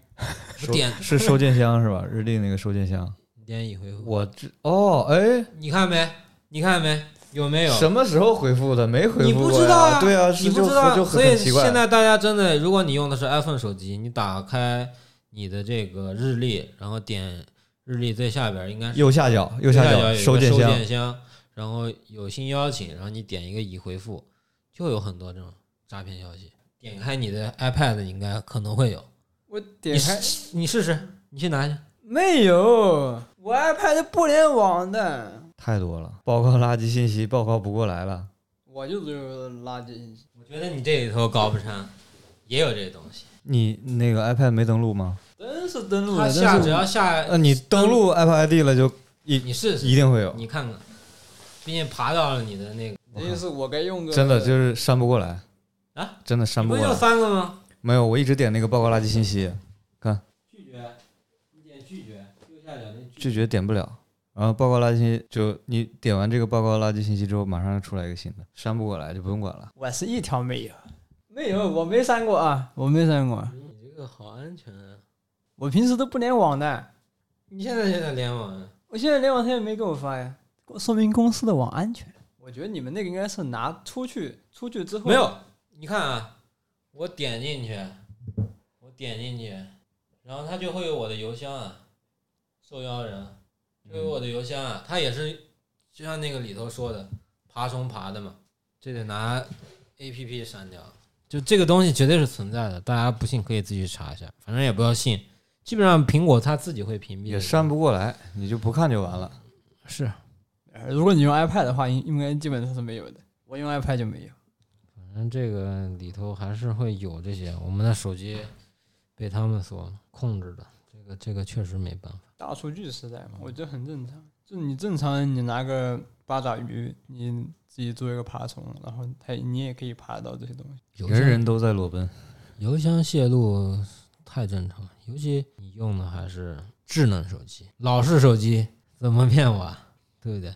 A: 我点
C: 是收件箱是吧？日历那个收件箱，
A: 点已回复，
C: 我这哦哎，
A: 你看没？你看没？有没有？
C: 什么时候回复的？没回复
A: 你不
C: 过
A: 知道
C: 呀对啊，是
A: 你不
C: 就
A: 知道，
C: 就
A: 所
C: 很
A: 以
C: 很奇怪。
A: 现在大家真的，如果你用的是 iPhone 手机，你打开你的这个日历，然后点日历最下边应该是
C: 右下角右
A: 右
C: 下
A: 角有
C: 角
A: 一个
C: 收件箱，
A: 件箱，然后有新邀请，然后你点一个已回复，就有很多这种诈骗消息。点开你的 iPad 应该可能会有，
B: 我点开
A: 你试试，你去拿去。
B: 没有，我 iPad 不联网的，
C: 太多了，报告垃圾信息报告不过来了。
B: 我就只有垃圾信息。
A: 我觉得你这里头搞不成，也有这东西。
C: 你那个 iPad 没登录吗？
B: 真是登录
A: 他
B: 的，
A: 下
B: 但
A: 只
B: 是
A: 要下，
C: 呃，你登录 Apple ID 了就
A: 你试试，
C: 一定会有，
A: 你看看，毕竟爬到了你的那个，
B: 你的意思我该用个
C: 真的就是删不过来
A: 啊，
C: 真的删
A: 你
C: 不
A: 不
C: 过
A: 就
C: 来。
A: 三个吗？
C: 没有，我一直点那个报告垃圾信息，
A: 拒绝，你点拒绝，右下角那
C: 拒绝点不了。然后报告垃圾信息就你点完这个报告垃圾信息之后，马上出来一个新的，删不过来就不用管了。
B: 我是一条没有，没有，我没删过啊，我没删过，
A: 你这个好安全啊！
B: 我平时都不联网的。
A: 你现在现在联网，啊
B: 我现在联网他也没给我发呀，说明公司的网安全。我觉得你们那个应该是拿出去，出去之后
A: 没有，你看啊，我点进去，我点进去，然后它就会有我的邮箱啊，受邀人就有我的邮箱啊，它也是就像那个里头说的，爬虫爬的嘛，这得拿 A P P 删掉。就这个东西绝对是存在的，大家不信可以自己去查一下，反正也不要信。基本上苹果它自己会屏蔽的，
C: 也删不过来，你就不看就完了。
A: 是
B: 呃如果你用 iPad 的话，应应该基本上是没有的。我用 iPad 就没有。
A: 反正这个里头还是会有这些，我们的手机被他们所控制的，这个这个确实没办法。
B: 大数据时代
A: 嗯
B: 嘛，我觉得很正常。就你正常，你拿个八爪鱼，你自己做一个爬虫，然后它你也可以爬到这些东西。
A: 邮箱
C: 人人都在裸奔，
A: 邮箱泄露太正常，了，尤其你用的还是智能手机，老式手机怎么骗我啊？对不对？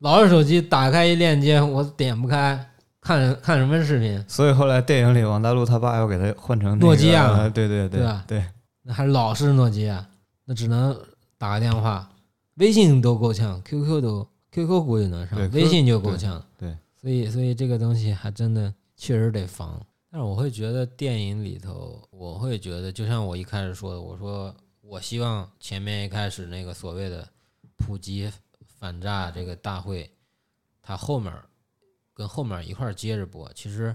A: 老式手机打开一链接，我点不开，看看什么视频？
C: 所以后来电影里王大陆他爸要给他换成那个
A: 诺基亚
C: 呃对对
A: 对吧
C: 对，
A: 那还是老式诺基亚，那只能打个电话，微信都够呛，QQ 都 QQ 估计能上
C: 对，
A: 微
C: Q-
A: 信就够呛了。
C: 对对
A: 所以所以这个东西还真的确实得防。但是我会觉得电影里头，我会觉得就像我一开始说的，我说我希望前面一开始那个所谓的普及反诈这个大会，它后面儿跟后面儿一块儿接着播，其实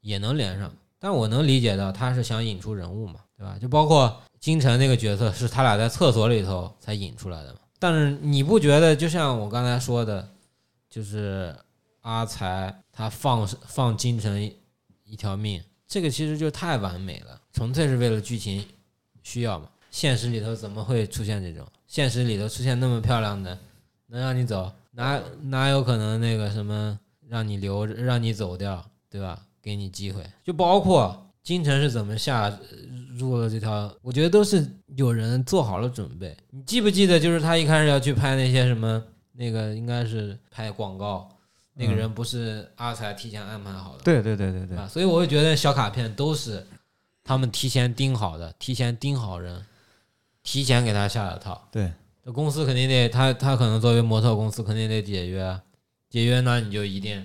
A: 也能连上。但我能理解到他是想引出人物嘛，对吧？就包括金晨那个角色是他俩在厕所里头才引出来的嘛。但是你不觉得，就像我刚才说的，就是阿才他放放金晨一条命，这个其实就太完美了，纯粹是为了剧情需要嘛。现实里头怎么会出现这种？现实里头出现那么漂亮的，能让你走，哪哪有可能那个什么让你留着，让你走掉，对吧？给你机会，就包括金晨是怎么下呃入了这条，我觉得都是有人做好了准备。你记不记得，就是他一开始要去拍那些什么，那个应该是拍广告，那个人不是阿才提前安排好的，
C: 对对对对对
A: 啊，所以我会觉得小卡片都是他们提前盯好的，提前盯好人，提前给他下了套。
C: 对，
A: 那公司肯定得他他可能作为模特公司肯定得解约啊，解约那你就一定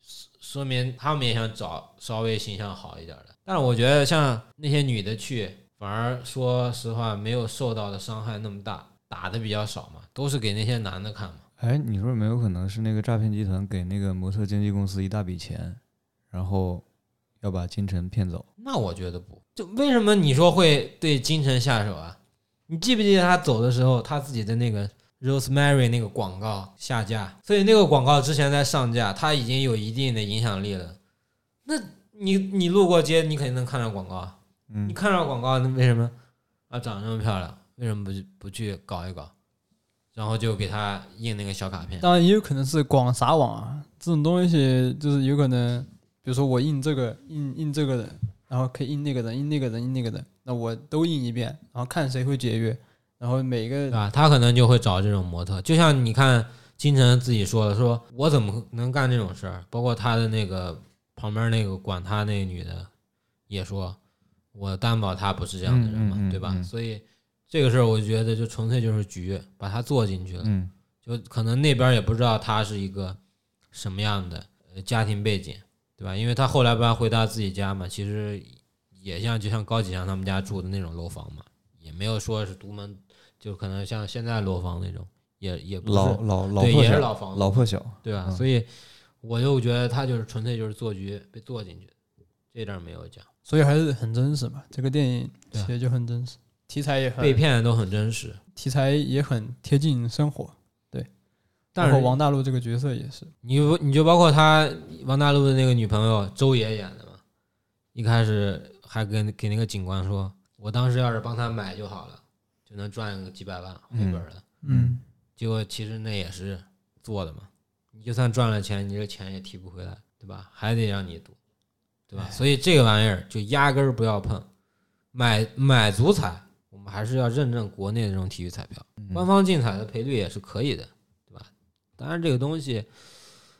A: 说说明他们也想找稍微形象好一点的。但是我觉得像那些女的去，反而说实话没有受到的伤害那么大，打的比较少嘛，都是给那些男的看嘛。
C: 哎，你说有没有可能是那个诈骗集团给那个模特经纪公司一大笔钱，然后要把金晨骗走？
A: 那我觉得不，就为什么你说会对金晨下手啊？你记不记得他走的时候，他自己的那个 Rosemary 那个广告下架，所以那个广告之前在上架，它已经有一定的影响力了。那你你路过街，你肯定能看到广告啊，
C: 嗯
A: 你，看到广告，那为什么啊长这么漂亮，为什么不去不去搞一搞？然后就给他印那个小卡片，
B: 当然也有可能是广撒网啊，这种东西就是有可能，比如说我印这个印印这个人，然后可以印那个人，印那个人，印那个人，那我都印一遍，然后看谁会解约，然后每
A: 对啊
B: 个
A: 吧？他可能就会找这种模特，就像你看金晨自己说的，说我怎么能干这种事儿？包括他的那个旁边那个管他那个女的也说，我担保他不是这样的人嘛，
C: 嗯嗯嗯
A: 对吧？
C: 嗯
A: 所以这个事儿，我觉得就纯粹就是局把他做进去了，
C: 嗯，
A: 就可能那边也不知道他是一个什么样的呃家庭背景，对吧？因为他后来不还回到自己家嘛，其实也像就像高启强他们家住的那种楼房嘛，也没有说是独门，就可能像现在楼房那种，也也不是
C: 老老老
A: 对，
C: 破
A: 也是
C: 小，
A: 老房子，
C: 老破小，
A: 对吧？
C: 嗯
A: 所以我就觉得他就是纯粹就是做局被做进去的，这点儿没有讲，
B: 所以还是很真实嘛。这个电影
A: 对啊
B: 写的就很真实，题材也
A: 被
B: 很
A: 骗的都很真实。
B: 题材也很贴近生活。
A: 但
B: 包
A: 是
B: 括王大陆这个角色也是，
A: 你不你就包括他王大陆的那个女朋友周也演的嘛，一开始还跟给那个警官说，我当时要是帮他买就好了，就能赚个几百万回本了。
C: 嗯
A: 结果其实那也是做的嘛，你就算赚了钱，你这钱也提不回来，对吧？还得让你赌，对吧？所以这个玩意儿就压根儿不要碰，买买足彩，我们还是要认证国内的这种体育彩票。官方竞彩的赔率也是可以的，对吧？当然，这个东西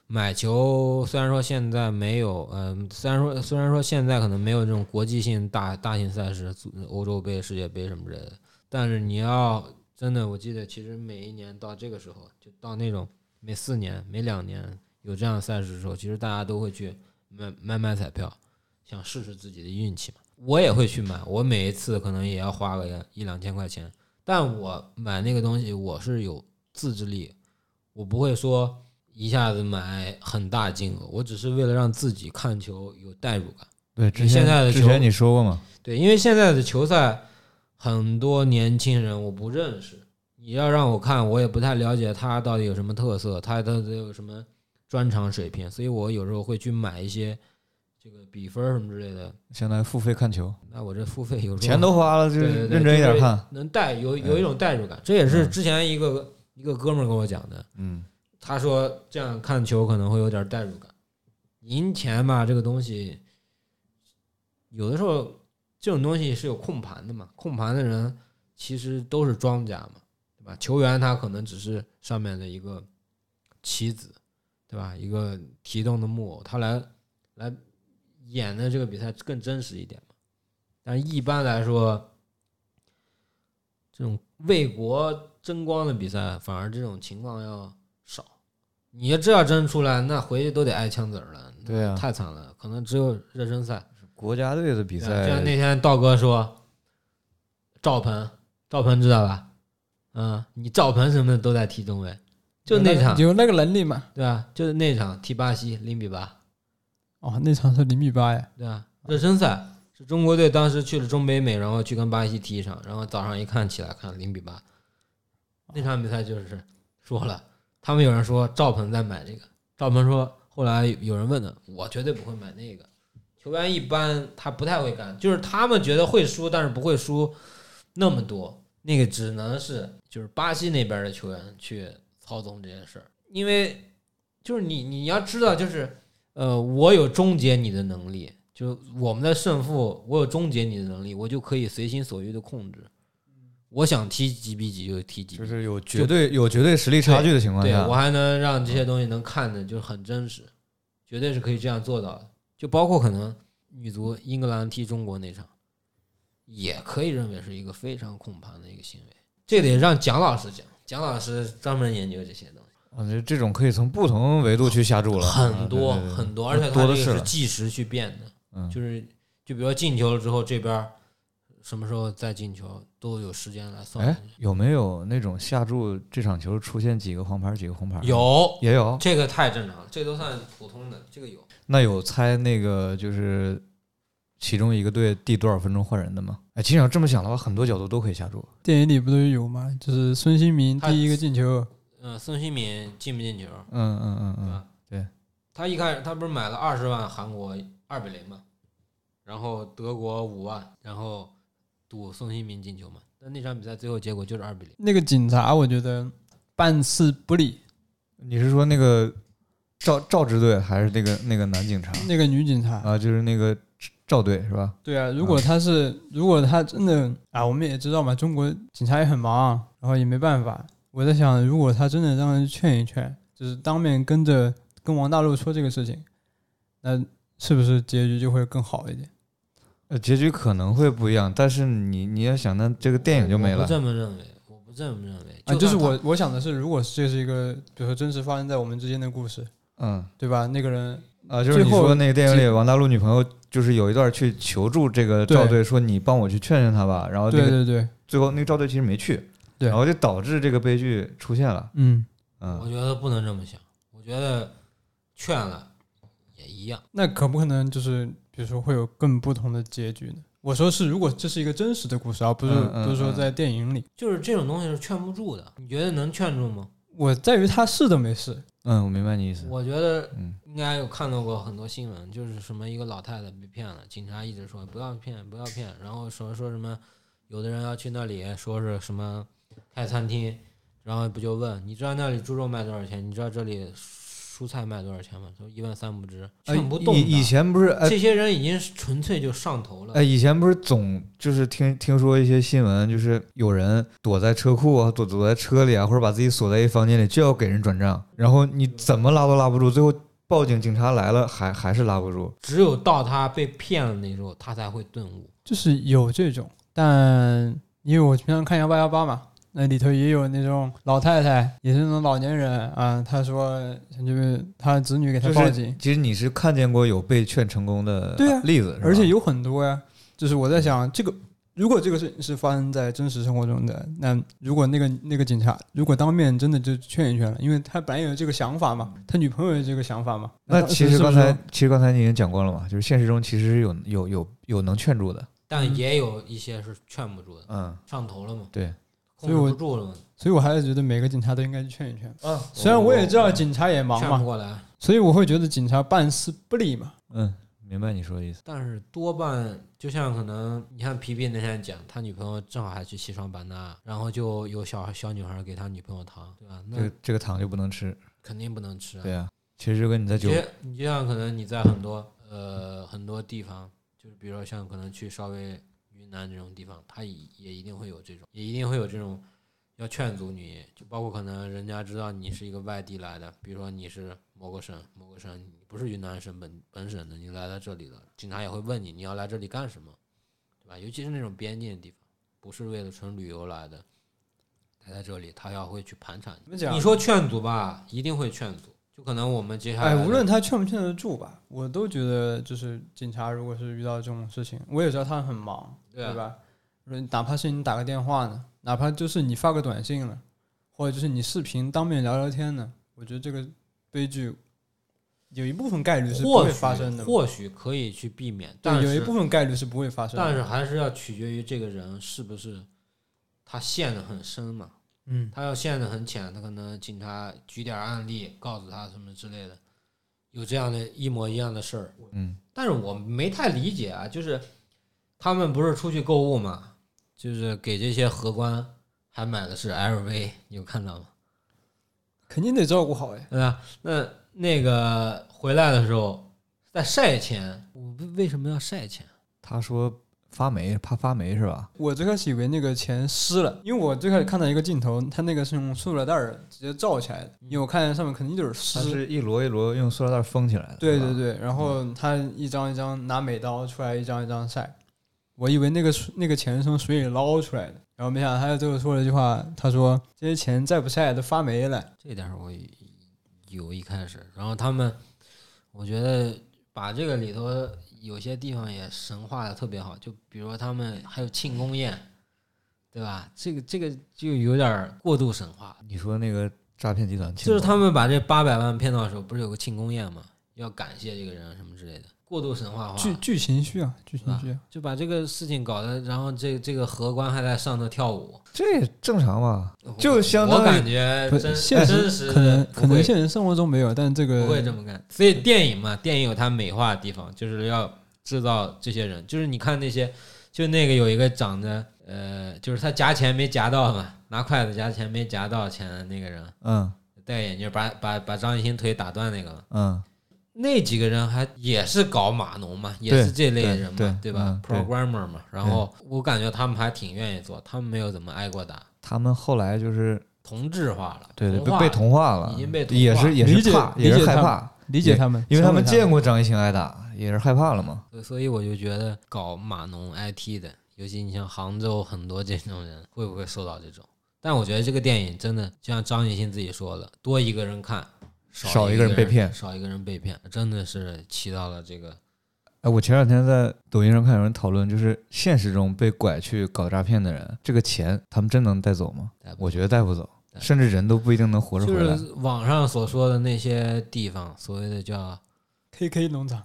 A: 买球虽然说现在没有，嗯、虽然说虽然说现在可能没有这种国际性大大型赛事，足欧洲杯、世界杯什么之类的，但是你要真的，我记得其实每一年到这个时候，就到那种每四年、每两年有这样的赛事的时候，其实大家都会去买买买彩票，想试试自己的运气嘛。我也会去买，我每一次可能也要花个一两千块钱，但我买那个东西我是有自制力，我不会说一下子买很大金额，我只是为了让自己看球有代入感。
C: 对，之前
A: 现在的
C: 之
A: 球
C: 前你说过嘛？
A: 对，因为现在的球赛很多年轻人我不认识，你要让我看，我也不太了解他到底有什么特色，他到底有什么专长水平，所以我有时候会去买一些这个比分什么之类的。
C: 相当于付费看球，
A: 那我这付费有时候
C: 钱都花了，就
A: 对对对
C: 认真一点看。，哎
A: 就是能带有有一种代入感，这也是之前一个一个哥们儿跟我讲的，
C: 嗯，
A: 他说这样看球可能会有点代入感。赢钱吧，这个东西有的时候这种东西是有控盘的嘛，控盘的人其实都是庄家嘛，对吧？球员他可能只是上面的一个棋子，对吧？一个提动的木偶，他来来演的这个比赛更真实一点嘛。但是一般来说，这种为国争光的比赛，反而这种情况要少。你要这要真出来，那回去都得挨枪子儿了。
C: 对啊，
A: 太惨了，可能只有热身赛。
C: 国家队的比
A: 对啊就像
C: 赛
A: 那天道哥说，赵鹏，赵鹏知道吧？嗯，你赵鹏什么的都在踢中卫，就那场
B: 有那个能力嘛？
A: 对吧？就是那场踢巴西零比八，
B: 哦，那场是零比八呀，
A: 对吧？啊热身赛是中国队当时去了中北美，然后去跟巴西踢一场，然后早上一看起来看零比八，那场比赛就是说了，他们有人说赵鹏在买这个，赵鹏说后来有人问他，我绝对不会买那个。球员一般他不太会干，就是他们觉得会输，但是不会输那么多。那个只能是就是巴西那边的球员去操纵这件事儿，因为就是你你要知道，就是呃，我有终结你的能力，就我们的胜负，我有终结你的能力，我就可以随心所欲的控制。我想踢几比几就踢几比几，
C: 就是有绝对有绝对实力差距的情况
A: 对
C: 下
A: 我，还能让这些东西能看的就是很真实，绝对是可以这样做到的。就包括可能女足英格兰踢中国那场，也可以认为是一个非常控盘的一个行为。这得让蒋老师讲，蒋老师专门研究这些东西，
C: 我觉得这种可以从不同维度去下注了，
A: 很多
C: 啊对对对
A: 很多，而且
C: 多
A: 它
C: 的
A: 这
C: 是
A: 个是
C: 了
A: 计时去变的，
C: 嗯
A: 就是就比如说进球了之后，这边儿什么时候再进球都有时间来算
C: 哎。，有没有那种下注这场球出现几个黄牌几个红牌？
A: 有
C: 也有，
A: 这个太正常了，这都算普通的，这个有。
C: 那有猜那个就是其中一个队第多少分钟换人的吗？哎，其实要这么想的话，很多角度都可以下注。
B: 电影里不都有吗？就是孙兴民
A: 他
B: 第一个进球，
A: 嗯，孙兴敏进不进球？
C: 嗯嗯嗯
A: 对
C: 嗯，
A: 吧？
C: 对，
A: 他一开始他不是买了二十万韩国二比零嘛，然后德国五万，然后赌宋新民进球嘛。但那场比赛最后结果就是二比零。
B: 那个警察我觉得办事不力，
C: 你是说那个赵赵支队还是那个那个男警察
B: 那个女警察，
C: 啊？就是那个赵队是吧？
B: 对啊，如果他是，如果他真的啊，我们也知道嘛，中国警察也很忙，然后也没办法。我在想，如果他真的让人劝一劝，就是当面跟着跟王大陆说这个事情，那是不是结局就会更好一点？
C: 呃，结局可能会不一样，但是你你要想，那这个电影就没
A: 我
C: 了
A: 不。这么认为，我不这么认为。
B: 啊，就是
A: 算他
B: 我我想的是，如果是这是一个，比如说真实发生在我们之间的故事，
C: 嗯，
B: 对吧？那个人
C: 啊，就是你
B: 最后
C: 说那个电影里王大陆女朋友，就是有一段去求助这个赵
B: 对
C: 队，说你帮我去劝劝他吧。然后那
B: 对
C: 个
B: 对对，
C: 最后那个赵队其实没去，
B: 对
C: 然后就导致这个悲剧出现了。
B: 嗯，
A: 我
C: 嗯，
A: 觉得不能这么想。我觉得劝了也一样。
B: 那可不可能就是，比如说会有更不同的结局呢？我说是，如果这是一个真实的故事，而不是
C: 嗯嗯
B: 不是说
C: 嗯
B: 在电影里，
A: 就是这种东西是劝不住的，你觉得能劝住吗？
B: 我在于他是都没事，
C: 嗯，我明白
B: 哎
C: 你意思。
A: 我觉得
C: 嗯，
A: 应该有看到过很多新闻，就是什么一个老太太被骗了，警察一直说不要骗，不要骗，然后说说什么，有的人要去那里说是什么开餐厅，然后不就问你知道那里猪肉卖多少钱？你知道这里蔬菜卖多少钱吗？就一问三不知，劝不动
C: 哎
A: 的。
C: 以以前不是哎
A: 这些人已经是纯粹就上头
B: 嗯
A: 了。
C: 哎，以前不是总就是听听说一些新闻，就是有人躲在车库啊，躲躲在车里啊，或者把自己锁在一房间里，就要给人转账，然后你怎么拉都拉不住，最后报警，警察来了还还是拉不住。
A: 只有到他被骗了那时候，他才会顿悟。
B: 就是有这种，但因为我平常看幺八幺八嘛，那里头也有那种老太太，也是那种老年人啊。她说，就是她的子女给她
C: 就
B: 报
C: 是
B: 警，
C: 其实你是看见过有被劝成功的
B: 对啊
C: 例子，是吧
B: 而且有很多呀。就是我在想，这个如果这个事情是发生在真实生活中的，那如果那个那个警察如果当面真的就劝一劝了，因为他本来有这个想法嘛，他女朋友有这个想法嘛。
C: 嗯那
B: 当时
C: 其
B: 呃是
C: 实
B: 不
C: 刚
B: 是
C: 才其实刚才你已经讲过了嘛，就是现实中其实是有有有有能劝住的，
B: 嗯
A: 但也有一些是劝不住的，
C: 嗯，
A: 上头了嘛，
C: 对，
A: 控制不住了嘛，
B: 所以我还是觉得每个警察都应该去劝一劝。
C: 啊，
B: 虽然我也知道警察也忙
A: 劝不
B: 嘛，
A: 过来。
B: 所以我会觉得警察办事不力嘛。
C: 嗯，明白你说的意思，
A: 但是多半就像可能你看皮皮那天讲，他女朋友正好还去西双版纳，然后就有小孩小女孩给他女朋友糖，对
B: 嗯
A: 吧？
C: 这
A: 那
C: 个这个糖就不能吃，
A: 肯定不能吃啊。
C: 对啊，其实就跟你在
A: 你
C: 酒
A: 就你就像可能你在很多呃很多地方，就是比如说像可能去稍微云南这种地方，他也也一定会有这种，也一定会有这种要劝阻你，就包括可能人家知道你是一个外地来的，比如说你是某个省某个省，你不是云南省本本省的，你来到这里了，警察也会问你你要来这里干什么，对吧？尤其是那种边境的地方，不是为了纯旅游来的。来在这里，他要会去盘查
B: 怎
A: 你
B: 么。讲
A: 你说劝阻吧，一定会劝阻。就可能我们
C: 啊
A: 接下来
B: 哎，
A: 的，
B: 无论他劝不劝得住吧，我都觉得就是警察如果是遇到这种事情，我也知道他很忙，
A: 对
B: 对
A: 啊
B: 吧？说哪怕是你打个电话呢，哪怕就是你发个短信了，或者就是你视频当面聊聊天呢，我觉得这个悲剧有一部分概率是不
A: 或
B: 会
A: 许
B: 发生的嘛，
A: 或许可以去避免，但是
B: 对，有一部分概率是不会发生的。
A: 但是还是要取决于这个人是不是他陷得很深嘛。
B: 嗯，
A: 他要陷得很浅，他可能警察举点案例告诉他什么之类的，有这样的一模一样的事儿。
C: 嗯，
A: 但是我没太理解啊，就是他们不是出去购物嘛，就是给这些荷官还买的是 LV，你有看到吗？
B: 肯定得照顾好哎呀。
A: 对吧？那那个回来的时候在晒钱，我为为什么要晒钱？
C: 他说发霉，怕发霉是吧？
B: 我最开始以为那个钱湿了，因为我最开始看到一个镜头，它那个是用塑料袋儿直接罩起来的，
A: 嗯
B: 因为我看上面肯定就是湿
C: 它。是一摞一摞用塑料袋封起来的，
B: 对
C: 是吧
B: 对，
A: 嗯
B: 对，然后他一张一张拿美刀出来，一张一张晒。我以为那个水那个钱是从水里捞出来的，然后没想到他最后说了一句话，他说这些钱再不晒都发霉了。
A: 这点儿我有一开始，然后他们，我觉得把这个里头有些地方也神化的特别好，就比如说他们还有庆功宴，对吧？这个这个就有点儿过度神话，
C: 你说那个诈骗集团亲
A: 就是
C: 口
A: 他们把这八百万骗到手，不是有个庆功宴吗？要感谢这个人什么之类的，过度神话化，
B: 剧剧情需要，剧情啊需要。
A: 就把这个事情搞得，然后这这个荷官还在上头跳舞，
C: 这也正常吧？
A: 我
C: 就相当于
A: 我感觉
B: 不
A: 真
B: 现实
A: 真实的
B: 可能
A: 不
B: 可能
A: 会
B: 现实生活中没有，但这
A: 不会
B: 个
A: 这么干。所以电影嘛，电影有它美化的地方，就是要制造这些人。就是你看那些，就那个有一个长得呃，就是他夹钱没夹到嘛，拿筷子夹钱没夹到钱的那个人，
C: 嗯
A: 戴眼镜把把把张艺兴腿打断那个嘛，
C: 嗯，
A: 那几个人还也是搞码农嘛，也是这类人嘛，
C: 对对
A: 吧、
C: 嗯
A: p r o g r a m m e r 嘛，然后我感觉他们还挺愿意做，他们没有怎么挨过打，
C: 他们后来就是
A: 同质化了，
C: 对对
A: 化
C: 被被同化了，
A: 已经被同化
C: 也是也
B: 理
C: 是
B: 解
C: 怕，
B: 理
C: 也是
B: 解
C: 害
B: 他
C: 怕，
B: 理解他们，
C: 因为他们
B: 成为
C: 见过张艺兴挨打，也是害怕了嘛。
A: 所以所以我就觉得搞码农 IT 的，尤其你像杭州很多这种人，会不会受到这种？但我觉得这个电影真的，就像张艺兴自己说的，多一个人看，
C: 少
A: 少
C: 一
A: 一
C: 个人
A: 人
C: 被骗
A: 少一个人被骗，真的是起到了这个。
C: 哎，我前两天在抖音上看有人讨论，就是现实中被拐去搞诈骗的人，这个钱他们真能带走吗？
A: 带不走
C: 我觉得带不走，
A: 带不走
C: 甚至人都不一定能活着
A: 就
C: 回来。
A: 是网上所说的那些地方，所谓的叫
B: KK 农场、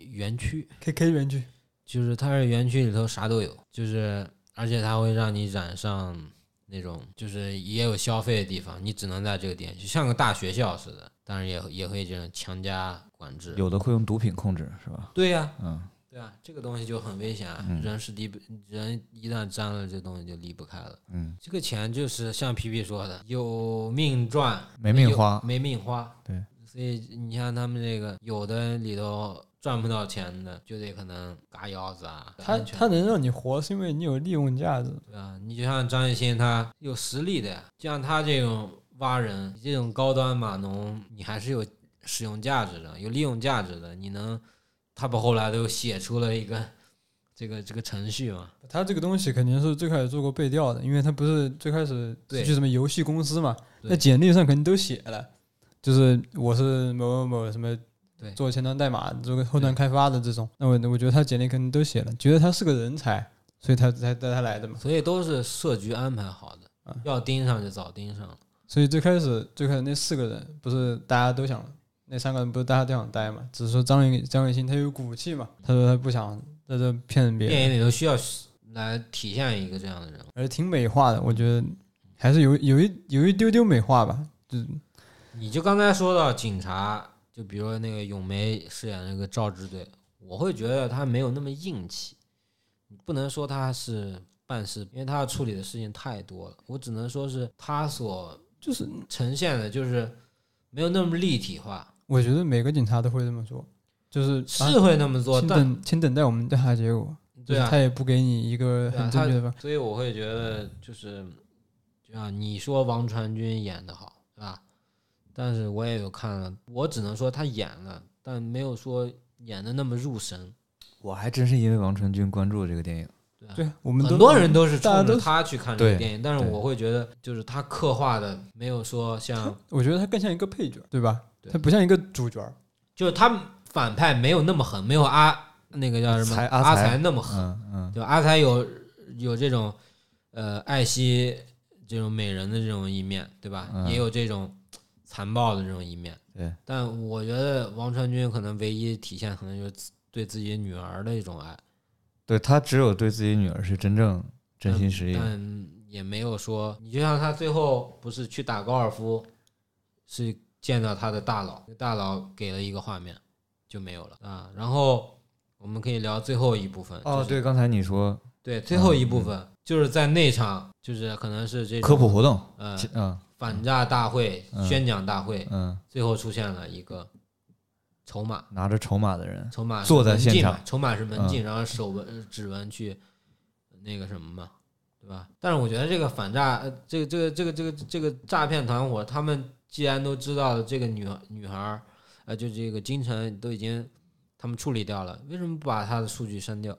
A: 园区，
B: KK 园区，
A: 就是它是园区里头啥都有，就是而且它会让你染上那种就是也有消费的地方，你只能在这个店，就像个大学校似的，当然也也会这种强加管制。
C: 有的会用毒品控制，是吧？
A: 对呀、
C: 嗯，
A: 对呀、这个东西就很危险啊，
C: 嗯
A: 人是离不人一旦沾了这东西就离不开了。
C: 嗯，
A: 这个钱就是像皮皮说的，有命赚
C: 没命
A: 有
C: 花。
A: 没命花。
C: 对，
A: 所以你看他们这个有的里头赚不到钱的，就得可能嘎腰子啊，
B: 他
A: 安全
B: 他能让你活，是因为你有利用价值。
A: 对啊，你就像张艺兴，他有实力的呀，就像他这种挖人，这种高端码农，你还是有使用价值的，有利用价值的。你能，他不后来都写出了一个这个这个程序嘛。
B: 他这个东西肯定是最开始做过背调的，因为他不是最开始
A: 对
B: 去什么游戏公司嘛，
A: 对
B: 那简历上肯定都写了，就是我是某某某什么
A: 对
B: 做前端代码、做个后端开发的这种。那我我觉得他简历肯定都写了，觉得他是个人才，所以他才带他来的嘛。
A: 所以都是设局安排好的
B: 啊，
A: 要盯上就早盯上了。
B: 所以最开始最开始那四个人不是大家都想，那三个人不是大家都想待嘛，只是说张雨张雨欣他有骨气嘛，他说他不想在这骗别人，
A: 电影里头需要来体现一个这样的人物。
B: 而挺美化的，我觉得还是有有一有一丢丢美化吧，就是
A: 你就刚才说到警察，就比如说那个咏梅饰演那个赵支队，我会觉得他没有那么硬气，你不能说他是办事，因为他要处理的事情太多了。我只能说是他所
B: 就是
A: 呈现的，就是没有那么立体化，
B: 我觉得每个警察都会这么做，就是啊
A: 是会那么做，
B: 请
A: 但
B: 等请等待我们调查结果，
A: 对
B: 就是
A: 啊
B: 他，也不给你一个
A: 对啊
B: 很
A: 他
B: 正确的方。
A: 所以我会觉得就是，就像你说王传君演的好，对吧？但是我也有看了，我只能说他演了，但没有说演的那么入神。
C: 我还真是因为王传君关注了这个电影。
A: 对啊
B: 对，我们
A: 很
B: 都
A: 多人都是
B: 大家
A: 冲着
B: 都
A: 他去看这个
C: 对
A: 电影，但是
C: 对
A: 我会觉得就是他刻画的没有说像，
B: 我觉得他更像一个配角，对吧？
A: 对
B: 他不像一个主角，
A: 就是他反派没有那么狠，没有阿那个叫什么
C: 才阿
A: 阿
C: 才
A: 才那么狠，
C: 嗯嗯，
A: 就阿才有有这种呃爱惜这种美人的这种一面，对吧？
C: 嗯
A: 也有这种残暴的这种一面。
C: 对，
A: 但我觉得王传君可能唯一体现可能就是自对自己女儿的一种爱，
C: 对他只有对自己女儿是真正真心实意的。
A: 嗯但也没有说你就像他最后不是去打高尔夫，是见到他的大佬，大佬给了一个画面就没有了啊。然后我们可以聊最后一部分，
C: 哦，
A: 就是
C: 对，刚才你说
A: 对，最后一部分、就是在那场，就是可能是这种
C: 科普活动，
A: 呃
C: 其嗯
A: 反诈大会、
C: 嗯
A: 宣讲大会，
C: 嗯，
A: 最后出现了一个筹码，
C: 拿着筹码的人，
A: 筹码是
C: 坐在
A: 门禁
C: 现
A: 嘛
C: 场嗯
A: 筹码是门禁，然后手纹呃指纹去那个什么嘛，对吧？但是我觉得这个反诈，呃这个这个这个这个这个诈骗团伙，他们既然都知道了这个女女孩儿，呃，就这个金晨都已经他们处理掉了，为什么不把她的数据删掉，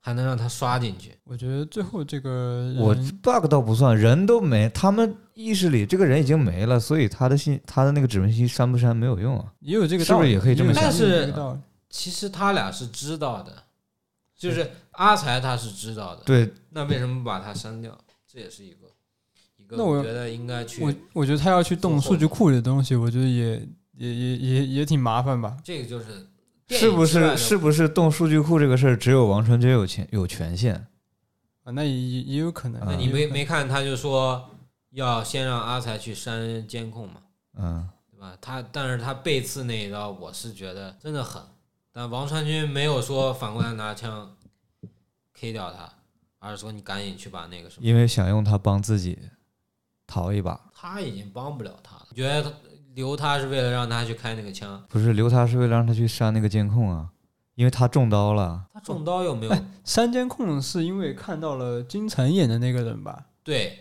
A: 还能让她刷进去？
B: 我觉得最后这个
C: 我
B: 人
C: bug 倒不算，人都没，他们意识里这个人已经没了，所以他的信，他的那个指纹信息删不删没有用啊。
B: 也有这个
C: 是不
B: 道
C: 是
B: 理，
C: 也可以这么
B: 有
A: 想
B: 这个
A: 但是
B: 道理
A: 其实他俩是知道的，就是阿才他是知道的，
C: 对，
A: 那为什么不把他删掉？这也是一个一个，
B: 那我
A: 觉得应该
B: 我
A: 去，
B: 我觉得他要去动
A: 做后
B: 数据库里的东西，我觉得也也也也也挺麻烦吧。
A: 这个就是电
C: 是
A: 影
C: 不
A: 之外
C: 是
A: 的
C: 是不是动数据库这个事儿，只有王传君有权有权限？
B: 啊，那也也也有可能。
A: 那
C: 啊
A: 你
B: 也
A: 没
B: 有可能
A: 没看他就说要先让阿才去删监控嘛，
C: 嗯，
A: 对吧？他但是他背刺那一刀，我是觉得真的狠。但王传君没有说反过来拿枪 K 掉他，而是说你赶紧去把那个什么，
C: 因为想用他帮自己逃一把，
A: 他已经帮不了他了。你觉得他留他是为了让他去开那个枪？
C: 不是留他是为了让他去删那个监控啊，因为他中刀了。
A: 他中刀又没
B: 哎
A: 有？
B: 删监控是因为看到了金晨演的那个人吧？
A: 对，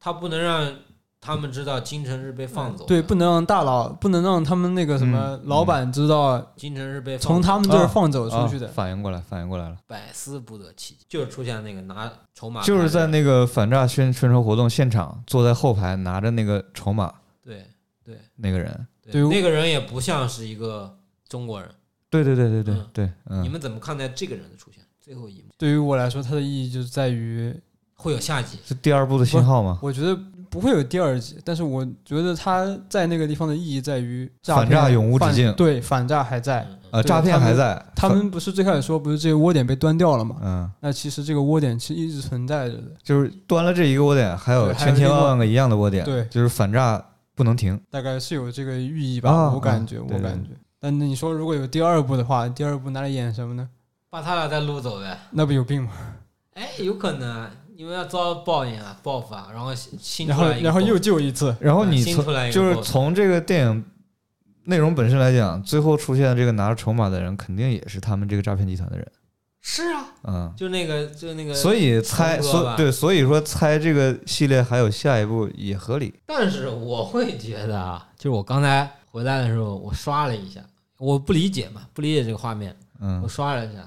A: 他不能让他们知道金城是被放走的，
B: 对，不能让大佬，不能让他们那个什么
C: 嗯
B: 老板知道
A: 金城是被放
B: 从
A: 走
B: 他们这儿放走出去
C: 啊
B: 的。
C: 反应过来，反应过来了，
A: 百思不得其解，就是出现那个拿筹码牌的，
C: 就是在那个反诈宣宣传活动现场，坐在后排拿着那个筹码
A: 对对
C: 那个人。
B: 对
A: 那个人也不像是一个中国人。
C: 对对对对对
A: 嗯
C: 对，
A: 你
C: 嗯，
A: 们怎么看待这个人的出现？最后一幕
B: 对于我来说，它的意义就在于，
A: 会有下集，
C: 是第二部的信号吗？
B: 我觉得不会有第二集，但是我觉得他在那个地方的意义在于
C: 反诈永无止
B: 反
C: 境
B: 对，反诈还在。
A: 嗯嗯
C: 呃，
B: 对
C: 诈骗
B: 他们
C: 还在，
B: 他们不是最开始说不是这个窝点被端掉了吗？
C: 嗯，
B: 那其实这个窝点是一直存在着的，
C: 就是端了这一个窝点，还有
B: 对还有
C: 千千万万个一样的窝点，
B: 对
C: 就是反诈不能停。
B: 大概是有这个寓意吧，
C: 啊
B: 我感觉，
C: 啊
B: 我
C: 对对
B: 感觉。但那你说如果有第二部的话，第二部拿来演什么呢？
A: 把他俩再撸走呗。
B: 那不有病吗？
A: 哎，有可能啊你们要遭报应啊，报复啊，然后新新
B: 然
A: 出
B: 后
A: 来一个
B: 然后
A: boss 嗯
B: 又救一次，
C: 然后你
A: 新
C: 从
A: 出来一个
C: 就是
A: boss
C: 从这个电影内容本身来讲，最后出现的这个拿着筹码的人，肯定也是他们这个诈骗集团的人，
A: 是啊，
C: 嗯。
A: 就那个就那个，
C: 所以猜，
A: 哥吧
C: 所对，所以说猜这个系列还有下一步也合理。
A: 但是我会觉得啊，就是我刚才回来的时候，我刷了一下，我不理解嘛，不理解这个画面，
C: 嗯
A: 我刷了一下，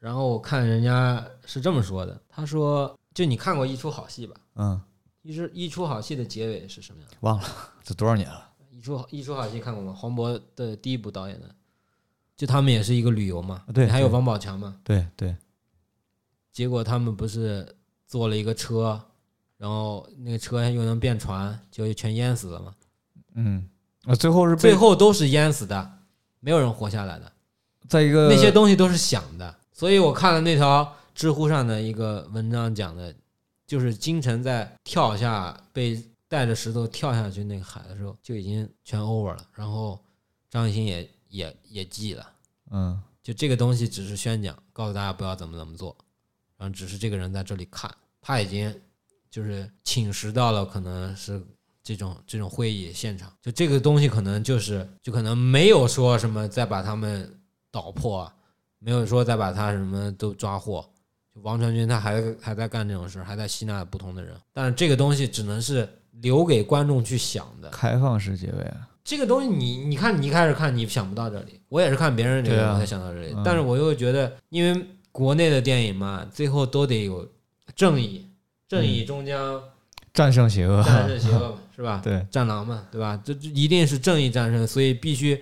A: 然后我看人家是这么说的，他说：“就你看过一出好戏吧？
C: 嗯，
A: 一出一出好戏的结尾是什么样？
C: 忘了这多少年了，
A: 一出一出好戏看过吗？黄渤的第一部导演的，就他们也是一个旅游嘛，
C: 啊对
A: 还有
C: 对
A: 王宝强嘛。
C: 对对，
A: 结果他们不是坐了一个车，然后那个车又能变船，就全淹死了嘛。
C: 嗯，啊，最后是被
A: 最后都是淹死的，没有人活下来的。
C: 在一个
A: 那些东西都是想的。所以我看了那条知乎上的一个文章，讲的就是金晨在跳下被带着石头跳下去那个海的时候，就已经全 over 了。然后张艺兴也也也记了，
C: 嗯
A: 就这个东西只是宣讲，告诉大家不要怎么怎么做，然后只是这个人在这里看，他已经就是侵蚀到了可能是。这种这种会议现场，就这个东西可能就是，就可能没有说什么再把他们倒破啊，没有说再把他什么都抓获。就王传君他还还在干这种事儿，还在吸纳不同的人，但是这个东西只能是留给观众去想的。
C: 开放式结尾啊，
A: 这个东西你你看你一开始看你想不到这里，我也是看别人这
C: 对
A: 个
C: 啊
A: 我才想到这里，
C: 嗯
A: 但是我又觉得，因为国内的电影嘛，最后都得有正义，正义终将
C: 嗯战胜邪恶，啊
A: 战胜邪恶嘛，是吧？
C: 对，
A: 战狼嘛，对吧？这这一定是正义战胜，所以必须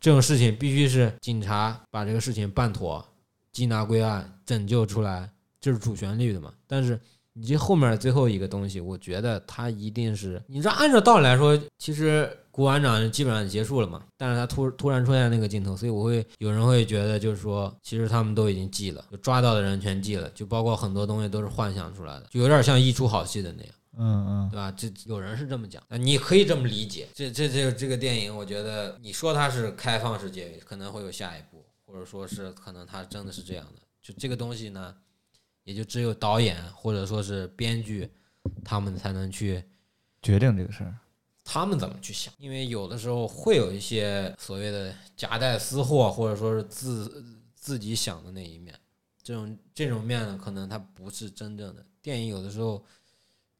A: 这种事情必须是警察把这个事情办妥，缉拿归案，拯救出来，这是主旋律的嘛。但是你这后面最后一个东西，我觉得它一定是，你这按照道理来说，其实古馆长基本上结束了嘛，但是他突突然出现那个镜头，所以我会有人会觉得就是说，其实他们都已经记了，就抓到的人全记了，就包括很多东西都是幻想出来的，就有点像一出好戏的那样。
C: 嗯嗯，
A: 对吧？这有人是这么讲，那你可以这么理解。这这这这个电影，我觉得你说它是开放世界，可能会有下一步，或者说是可能它真的是这样的。就这个东西呢，也就只有导演或者说是编剧，他们才能去
C: 决定这个事儿，
A: 他们怎么去想，因为有的时候会有一些所谓的夹带私货，或者说是自自己想的那一面，这种这种面呢，可能它不是真正的电影，有的时候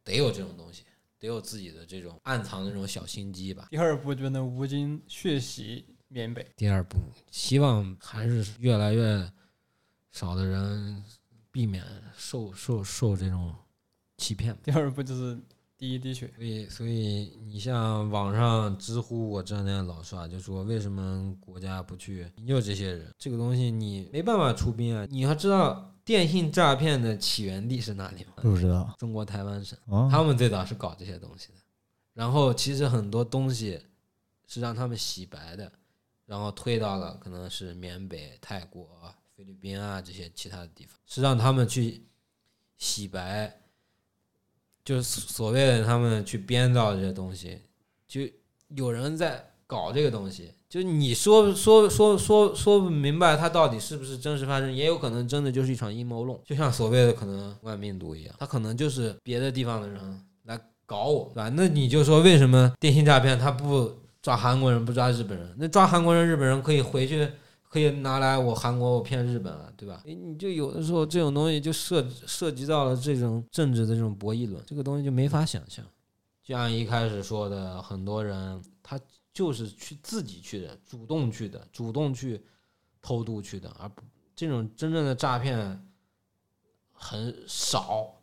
A: 得有这种东西，得有自己的这种暗藏的这种小心机吧。
B: 第二部就能吴京血洗缅北，
A: 第二步，希望还是越来越少的人避免受受受这种欺骗吧。
B: 第二部就是第一滴血。
A: 所以，所以你像网上知乎，我这两天老刷，就说为什么国家不去营救这些人？这个东西你没办法出兵啊！你要知道电信诈骗的起源地是哪里吗？
C: 知道
A: 中国台湾省，
C: 哦，
A: 他们最早是搞这些东西的。然后其实很多东西是让他们洗白的，然后推到了可能是缅北、泰国、菲律宾啊这些其他的地方，是让他们去洗白，就是所谓的他们去编造这些东西，就有人在搞这个东西。就你说说说说说不明白，它到底是不是真实发生，也有可能真的就是一场阴谋论，就像所谓的可能冠病毒一样，它可能就是别的地方的人来搞我，对吧？那你就说为什么电信诈骗他不抓韩国人，不抓日本人？那抓韩国人、日本人可以回去，可以拿来我韩国我骗日本啊，对吧？诶你就有的时候这种东西就涉涉及到了这种政治的这种博弈论，这个东西就没法想象。就像一开始说的，很多人他就是去自己去的，主动去的，主动去偷渡去的，而不这种真正的诈骗很少，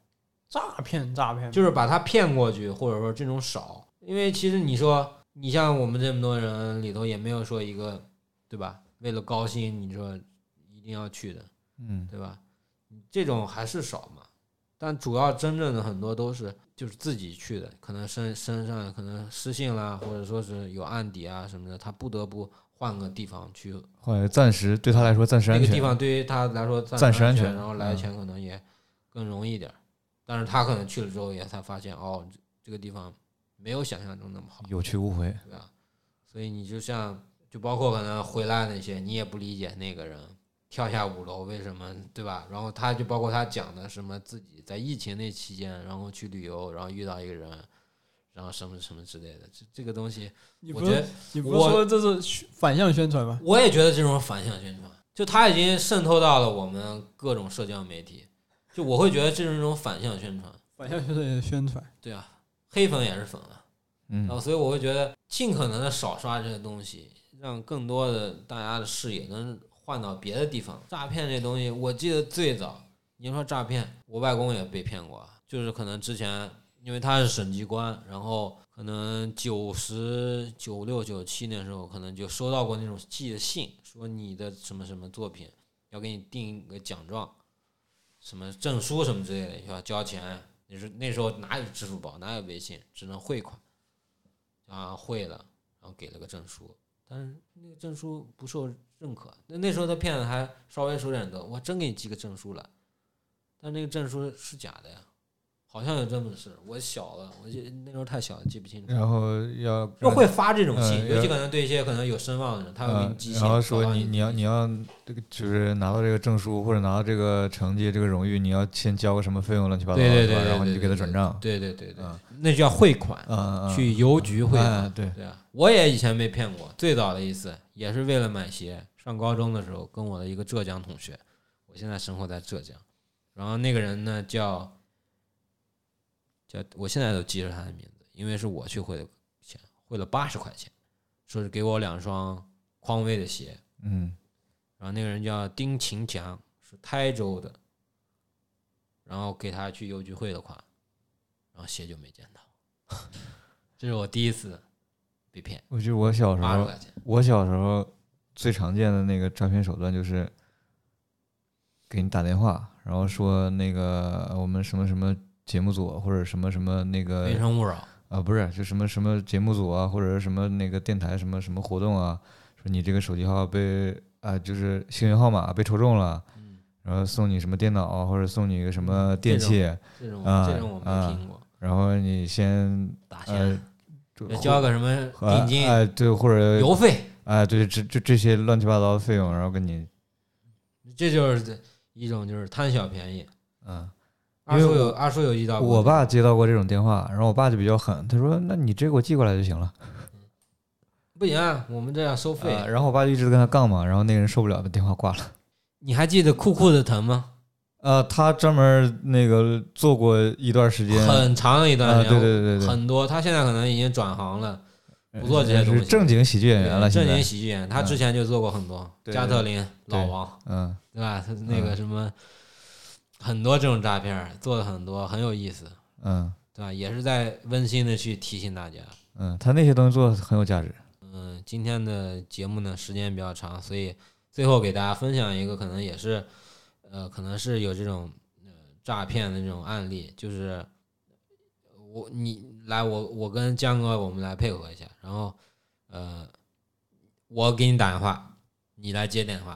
B: 诈骗，诈骗，
A: 就是把他骗过去，或者说这种少，因为其实你说，你像我们这么多人里头，也没有说一个，对吧？为了高薪，你说一定要去的，
C: 嗯，
A: 对吧？这种还是少嘛，但主要真正的很多都是就是自己去的，可能身身上可能失信啦，或者说是有案底啊什么的，他不得不换个地方去，
C: 后来暂时对他来说暂时
A: 那
C: 安
A: 个
C: 全，
A: 地方对于他来说
C: 暂
A: 暂
C: 时安全嗯
A: 然后来钱可能也更容易一点儿。但是他可能去了之后也才发现，哦，这这个地方没有想象中那么好，
C: 有去无回，
A: 对吧？所以你就像，就包括可能回来那些，你也不理解那个人跳下五楼为什么，对吧？然后他就包括他讲的什么自己在疫情那期间，然后去旅游，然后遇到一个人，然后什么什么之类的，这这个东西，
B: 你
A: 我
B: 不
A: 觉得
B: 是你不是
A: 我
B: 说这是宣反向宣传吗？
A: 我也觉得这种反向宣传，就它已经渗透到了我们各种社交媒体，就我会觉得这是一种反向宣传。
B: 反向宣传也是宣传，
A: 对啊，黑粉也是粉啊，
C: 嗯
A: 然后所以我会觉得尽可能的少刷这些东西，让更多的大家的视野跟换到别的地方。诈骗这东西，我记得最早你说诈骗，我外公也被骗过，就是可能之前因为他是审计官，然后可能九十九六九七那时候，可能就收到过那种寄的信，说你的什么什么作品要给你定一个奖状，什么证书什么之类的，要交钱。你说那时候哪有支付宝，哪有微信，只能汇款啊，汇了，然后给了个证书，但是那个证书不受认可。那那时候他骗子还稍微手点多，我真给你寄个证书来，但那个证书是假的呀，好像有这么个事儿。我小了，我记那时候太小了，记不清楚。
C: 然后要
A: 就嗯会发这种信，
C: 嗯
A: 尤其可能对一些可能有声望的人，他会给
C: 呃
A: 你寄，信，
C: 然后说
A: 搞到
C: 你你要你要这个就是拿到这个证书或者拿到这个成绩这个荣誉，你要先交个什么费用乱七八糟的，
A: 对对
C: 是吧
A: 对，
C: 然后你就给他转账，
A: 对对对对
C: 嗯，
A: 那就叫汇款，
C: 嗯嗯，嗯
A: 去邮局汇款
C: 哎。对，
A: 对啊，我也以前被骗过，最早的一次也是为了买鞋。上高中的时候，跟我的一个浙江同学，我现在生活在浙江，然后那个人呢叫叫，我现在都记着他的名字，因为是我去汇的钱，汇了八十块钱，说是给我两双匡威的鞋。
C: 嗯
A: 然后那个人叫丁勤强，是台州的，然后给他去邮局汇了款，然后鞋就没见到， 这是我第一次被骗。
C: 我觉得我小时
A: 八十
C: 候
A: 块钱，
C: 我小时候最常见的那个诈骗手段就是给你打电话，然后说那个呃我们什么什么节目组啊或者什么什么那个
A: 非诚勿扰，
C: 啊，不是，就什么什么节目组啊，或者是什么那个电台什么什么活动啊，说你这个手机号被啊，就是幸运号码被抽中了，
A: 嗯，
C: 然后送你什么电脑啊或者送你一个什么电
A: 这
C: 器，
A: 这种
C: 啊
A: 这种我没听过，
C: 然后你先
A: 打
C: 呃
A: 钱，要交个什么定金、
C: 哎、对，或者
A: 邮费，
C: 哎、对，这这这些乱七八糟的费用，然后跟你
A: 这就是一种就是贪小便宜。
C: 嗯。
A: 啊
C: 因
A: 二
C: 为
A: 叔有
C: 我
A: 二叔有遇到过，
C: 我爸接到过这种电话，然后我爸就比较狠，他说：“那你直接给我寄过来就行了。
A: 不行啊，我们这要收费。
C: 呃然后我爸就一直跟他杠嘛，然后那个人受不了，把电话挂了。
A: 你还记得酷酷的疼吗？
C: 呃，他专门那个做过一段时间，
A: 很长一段
C: 啊，
A: 时间，
C: 对对对对，
A: 很多。他现在可能已经转行了，不做这些
C: 呃
A: 东西
C: 是正经喜剧演员了，
A: 正
C: 现在
A: 经喜剧演员。他之前就做过很多，
C: 嗯对
A: 加特林、
C: 对
A: 老王，
C: 嗯，
A: 对吧？他那个什么，很多这种诈骗儿做了很多，很有意思。
C: 嗯
A: 对吧？也是在温馨的去提醒大家。
C: 嗯，他那些东西做的很有价值，
A: 嗯，今天的节目呢时间比较长，所以最后给大家分享一个可能也是，呃，可能是有这种呃诈骗的这种案例，就是我你来我我跟江哥我们来配合一下，然后呃我给你打电话，你来接电话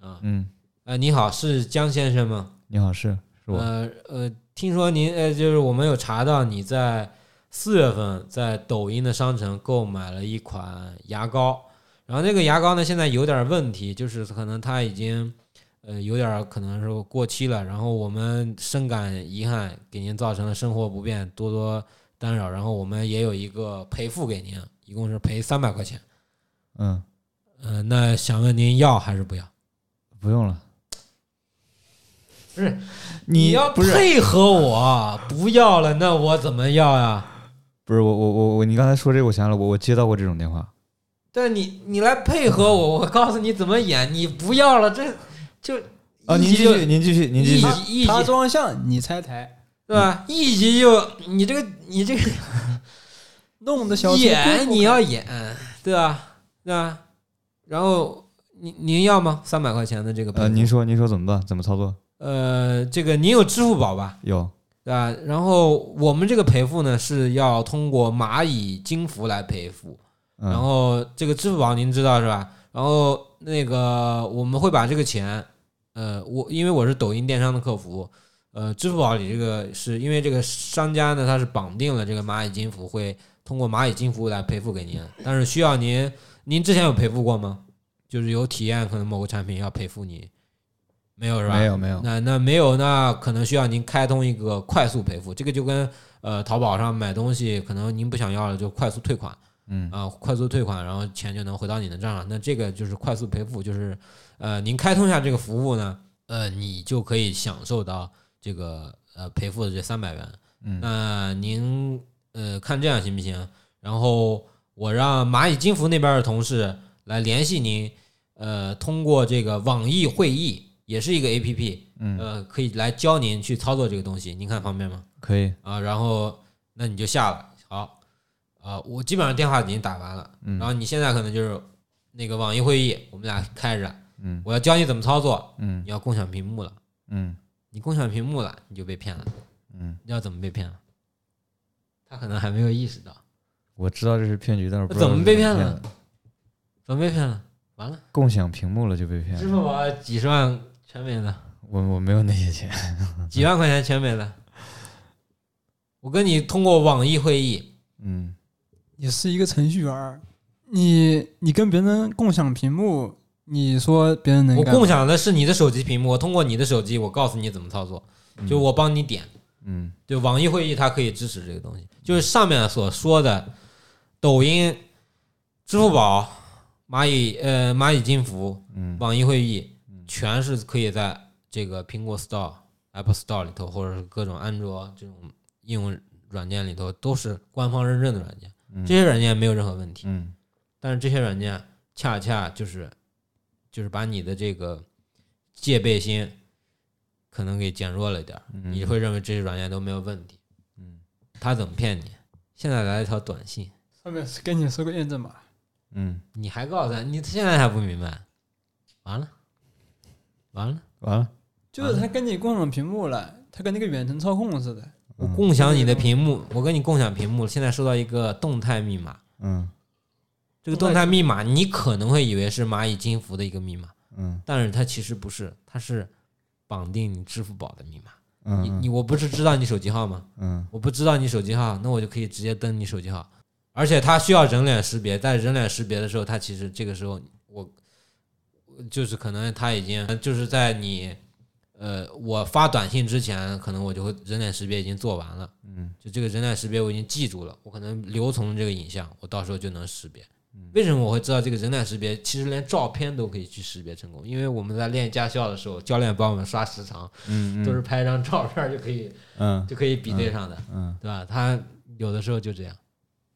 A: 啊，
C: 嗯，
A: 呃你好，是江先生吗？
C: 你好是是我，
A: 呃呃，听说您呃，就是我们有查到你在四月份在抖音的商城购买了一款牙膏，然后那个牙膏呢现在有点问题，就是可能它已经呃有点可能是过期了，然后我们深感遗憾，给您造成了生活不便，多多担扰，然后我们也有一个赔付给您，一共是赔三百块钱。
C: 嗯，
A: 呃，那想问您要还是不要？
C: 不用了，
A: 不是
C: 你
A: 要
C: 不是
A: 配合我，不要了，那我怎么要呀、
C: 不是我我我我，你刚才说这个我想起来了，我我接到过这种电话，
A: 但你你来配合我，我告诉你怎么演，你不要了，这就
C: 啊，您
A: 一
C: 继
A: 集就
C: 续您继续您继续
A: 一，集一集
B: 他装像你拆台，
A: 对吧？一集就你这个你这个
B: 弄的小
A: 演你要演，对吧？对吧？然后您您要吗？三百块钱的这个配合
C: 呃，您说您说怎么办？怎么操作？
A: 呃，这个您有支付宝吧？
C: 有，
A: 对吧？然后我们这个赔付呢是要通过蚂蚁金服来赔付，
C: 嗯
A: 然后这个支付宝您知道是吧？然后那个我们会把这个钱，呃，我因为我是抖音电商的客服，呃，支付宝里这个是因为这个商家呢，它是绑定了这个蚂蚁金服会通过蚂蚁金服来赔付给您，但是需要您，您之前有赔付过吗？就是有体验可能某个产品要赔付你，没有是吧？
C: 没有没有，
A: 那那没有，那可能需要您开通一个快速赔付，这个就跟呃淘宝上买东西，可能您不想要了就快速退款。
C: 嗯
A: 啊、快速退款，然后钱就能回到你的账上。那这个就是快速赔付，就是呃，您开通一下这个服务呢，呃，你就可以享受到这个呃赔付的这三百元。
C: 嗯
A: 那您呃看这样行不行？然后我让蚂蚁金服那边的同事来联系您，呃，通过这个网易会议，也是一个 A P P，呃，可以来教您去操作这个东西。您看方便吗？
C: 可以，
A: 啊，然后那你就下了。好，啊，我基本上电话已经打完了，然后你现在可能就是那个网易会议，我们俩开着，
C: 嗯
A: 我要教你怎么操作，
C: 嗯
A: 你要共享屏幕了，
C: 嗯
A: 你共享屏幕了，你就被骗了。
C: 嗯，
A: 你知道怎么被骗了？他可能还没有意识到
C: 我知道这是骗局，但是不知
A: 怎
C: 道
A: 么
C: 是
A: 被骗
C: 骗
A: 了？怎么被骗了，完了，
C: 共享屏幕了就被骗
A: 支
C: 了，
A: 付宝几十万全没了。
C: 我我没有那些钱，
A: 几万块钱全没了。我跟你通过网易会议，
C: 嗯
B: 也是一个程序员儿，你你跟别人共享屏幕，你说别人能
A: 我
B: 干嘛
A: 共享的是你的手机屏幕，我通过你的手机，我告诉你怎么操作，就我帮你点。
C: 嗯
A: 对，网易会议它可以支持这个东西，就是上面所说的抖音、支付宝、蚂蚁呃蚂蚁金服、
C: 嗯
A: 网易会议，
B: 嗯
A: 全是可以在这个苹果 Store、Apple Store 里头，或者是各种安卓这种应用软件里头，都是官方认证的软件。
B: 嗯
A: 这些软件没有任何问题，
C: 嗯
A: 但是这些软件恰恰就是就是把你的这个戒备心可能给减弱了一点儿，
C: 嗯
A: 你会认为这些软件都没有问题。
C: 嗯
A: 他怎么骗你？现在来了一条短信，
B: 上面是跟你说个验证码，
C: 嗯，
A: 你还告诉他，你现在还不明白？完了，完了！
C: 完了，
B: 就是他跟你共享屏幕了，他跟那个远程操控似的。
C: 嗯
A: 我共享你的屏幕，我跟你共享屏幕，现在收到一个动态密码。
C: 嗯
A: 这个动态密码，你可能会以为是蚂蚁金服的一个密码，
C: 嗯
A: 但是它其实不是，它是绑定你支付宝的密码。你
C: 嗯
A: 你我不是知道你手机号吗？
C: 嗯
A: 我不知道你手机号，那我就可以直接登你手机号，而且它需要人脸识别，在人脸识别的时候，它其实这个时候我就是可能它已经就是在你呃我发短信之前，可能我就会人脸识别已经做完了，
C: 嗯
A: 就这个人脸识别我已经记住了，我可能留存这个影像，我到时候就能识别。
C: 嗯
A: 为什么我会知道这个人脸识别？其实连照片都可以去识别成功，因为我们在练驾校的时候，教练帮我们刷时长，
C: 嗯
A: 都是拍一张照片儿就可以
C: 嗯
A: 就可以比对上的，
C: 嗯，
A: 对吧？他有的时候就这样。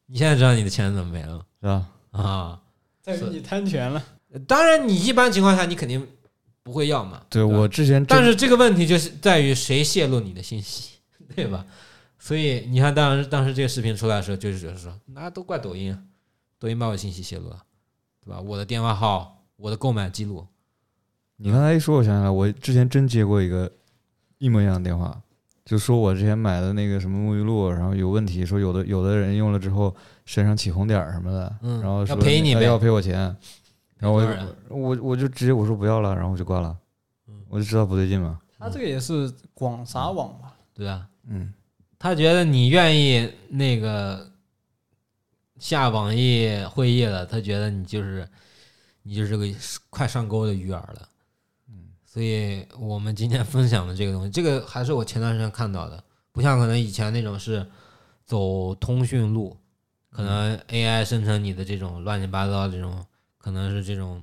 A: 你现在知道你的钱怎么没了吗
C: 是吧？
A: 啊？
B: 再给你贪权了，
A: 当然，你一般情况下你肯定不会要嘛。
C: 对
A: 吧
C: 我之前
A: 但是这个问题就是在于谁泄露你的信息， 对吧？所以你看当时当时这个视频出来的时候，就是有人说，那都怪抖音啊，抖音把我信息泄露了，对吧？我的电话号，我的购买记录，
C: 你刚才一说，我想起来，我之前真接过一个一模一样的电话，就说我之前买的那个什么沐浴露，然后有问题，说有的有的人用了之后身上起红点儿什么的，
A: 嗯
C: 然后
A: 要
C: 说
A: 赔你
C: 呃
A: 呗
C: 要赔我钱，然后我
A: 赔多少呀
C: 就我我就直接我说不要了，然后我就挂了，我就知道不对劲嘛，
B: 他这个也是广撒网吧？
A: 对吧？
C: 嗯
A: 他觉得你愿意那个下网易会议了，他觉得你就是你就是个快上钩的鱼饵了。嗯，所以我们今天分享的这个东西，这个还是我前段时间看到的，不像可能以前那种是走通讯录，可能 AI 生成你的这种乱七八糟的这种，可能是这种。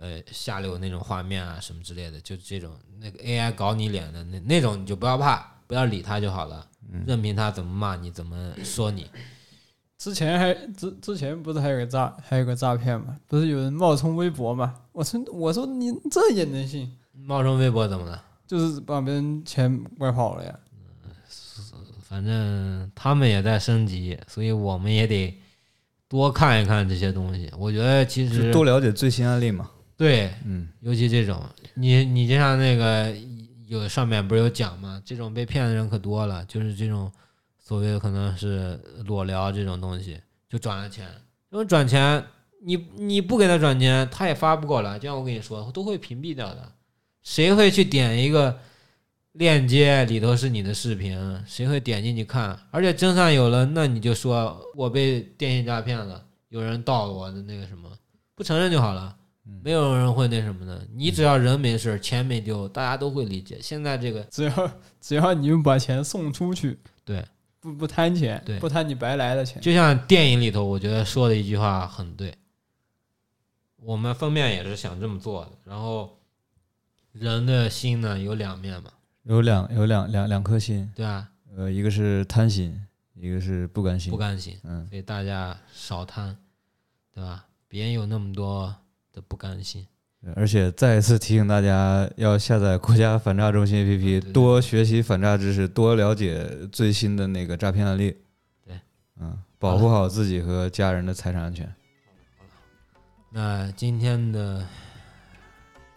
A: 呃，下流那种画面啊，什么之类的，就这种那个 AI 搞你脸的那那种，你就不要怕，不要理他就好了。任凭他怎么骂你，怎么说你。
B: 之前还之之前不是还有个诈还有个诈骗嘛？不是有人冒充微博嘛？我说我说你这也能信？
A: 冒充微博怎么了？
B: 就是把别人钱拐跑了呀？
A: 反正他们也在升级，所以我们也得多看一看这些东西。我觉得其实
C: 就多了解最新案例嘛，
A: 对，
C: 嗯
A: 尤其这种，你你就像那个有上面不是有讲吗？这种被骗的人可多了，就是这种所谓的可能是裸聊这种东西，就转了钱，因为转钱你你不给他转钱，他也发不过来。就像我跟你说，都会屏蔽掉的，谁会去点一个？链接里头是你的视频，谁会点进去看？而且真相有了，那你就说我被电信诈骗了，有人盗了我的那个什么，不承认就好了。没有人会那什么的，你
C: 嗯
A: 只要人没事儿，钱没丢，大家都会理解。现在这个
B: 只要只要你们把钱送出去，
A: 对，
B: 不不贪钱
A: 对，
B: 不贪你白来的钱。
A: 就像电影里头，我觉得说的一句话很对，我们封面也是想这么做的。然后，人的心呢有两面嘛，
C: 有两有两两两颗心，
A: 对吧？
C: 呃，一个是贪心，一个是不甘心，
A: 不甘心，
C: 嗯
A: 所以大家少贪，对吧？别有那么多的不甘心，
C: 而且再一次提醒大家，要下载国家反诈中心 APP，
A: 对对
C: 多学习反诈知识，多了解最新的那个诈骗案例。
A: 对，
C: 嗯，保护好自己和家人的财产安全。
A: 那今天的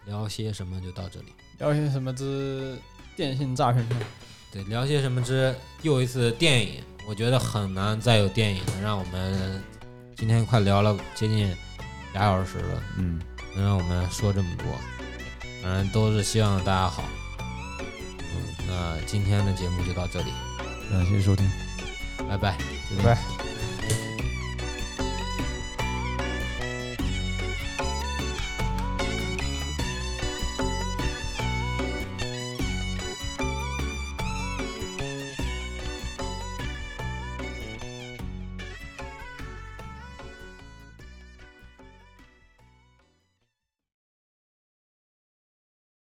A: 聊些什么就到这里。
B: 聊些什么之电信诈骗片？
A: 对，聊些什么之又一次电影，我觉得很难再有电影能让我们今天快聊了接近俩小时了，
C: 嗯，
A: 能让我们说这么多，当然都是希望大家好。嗯，那今天的节目就到这里，
C: 感谢收听。
A: 拜拜。
B: 拜拜。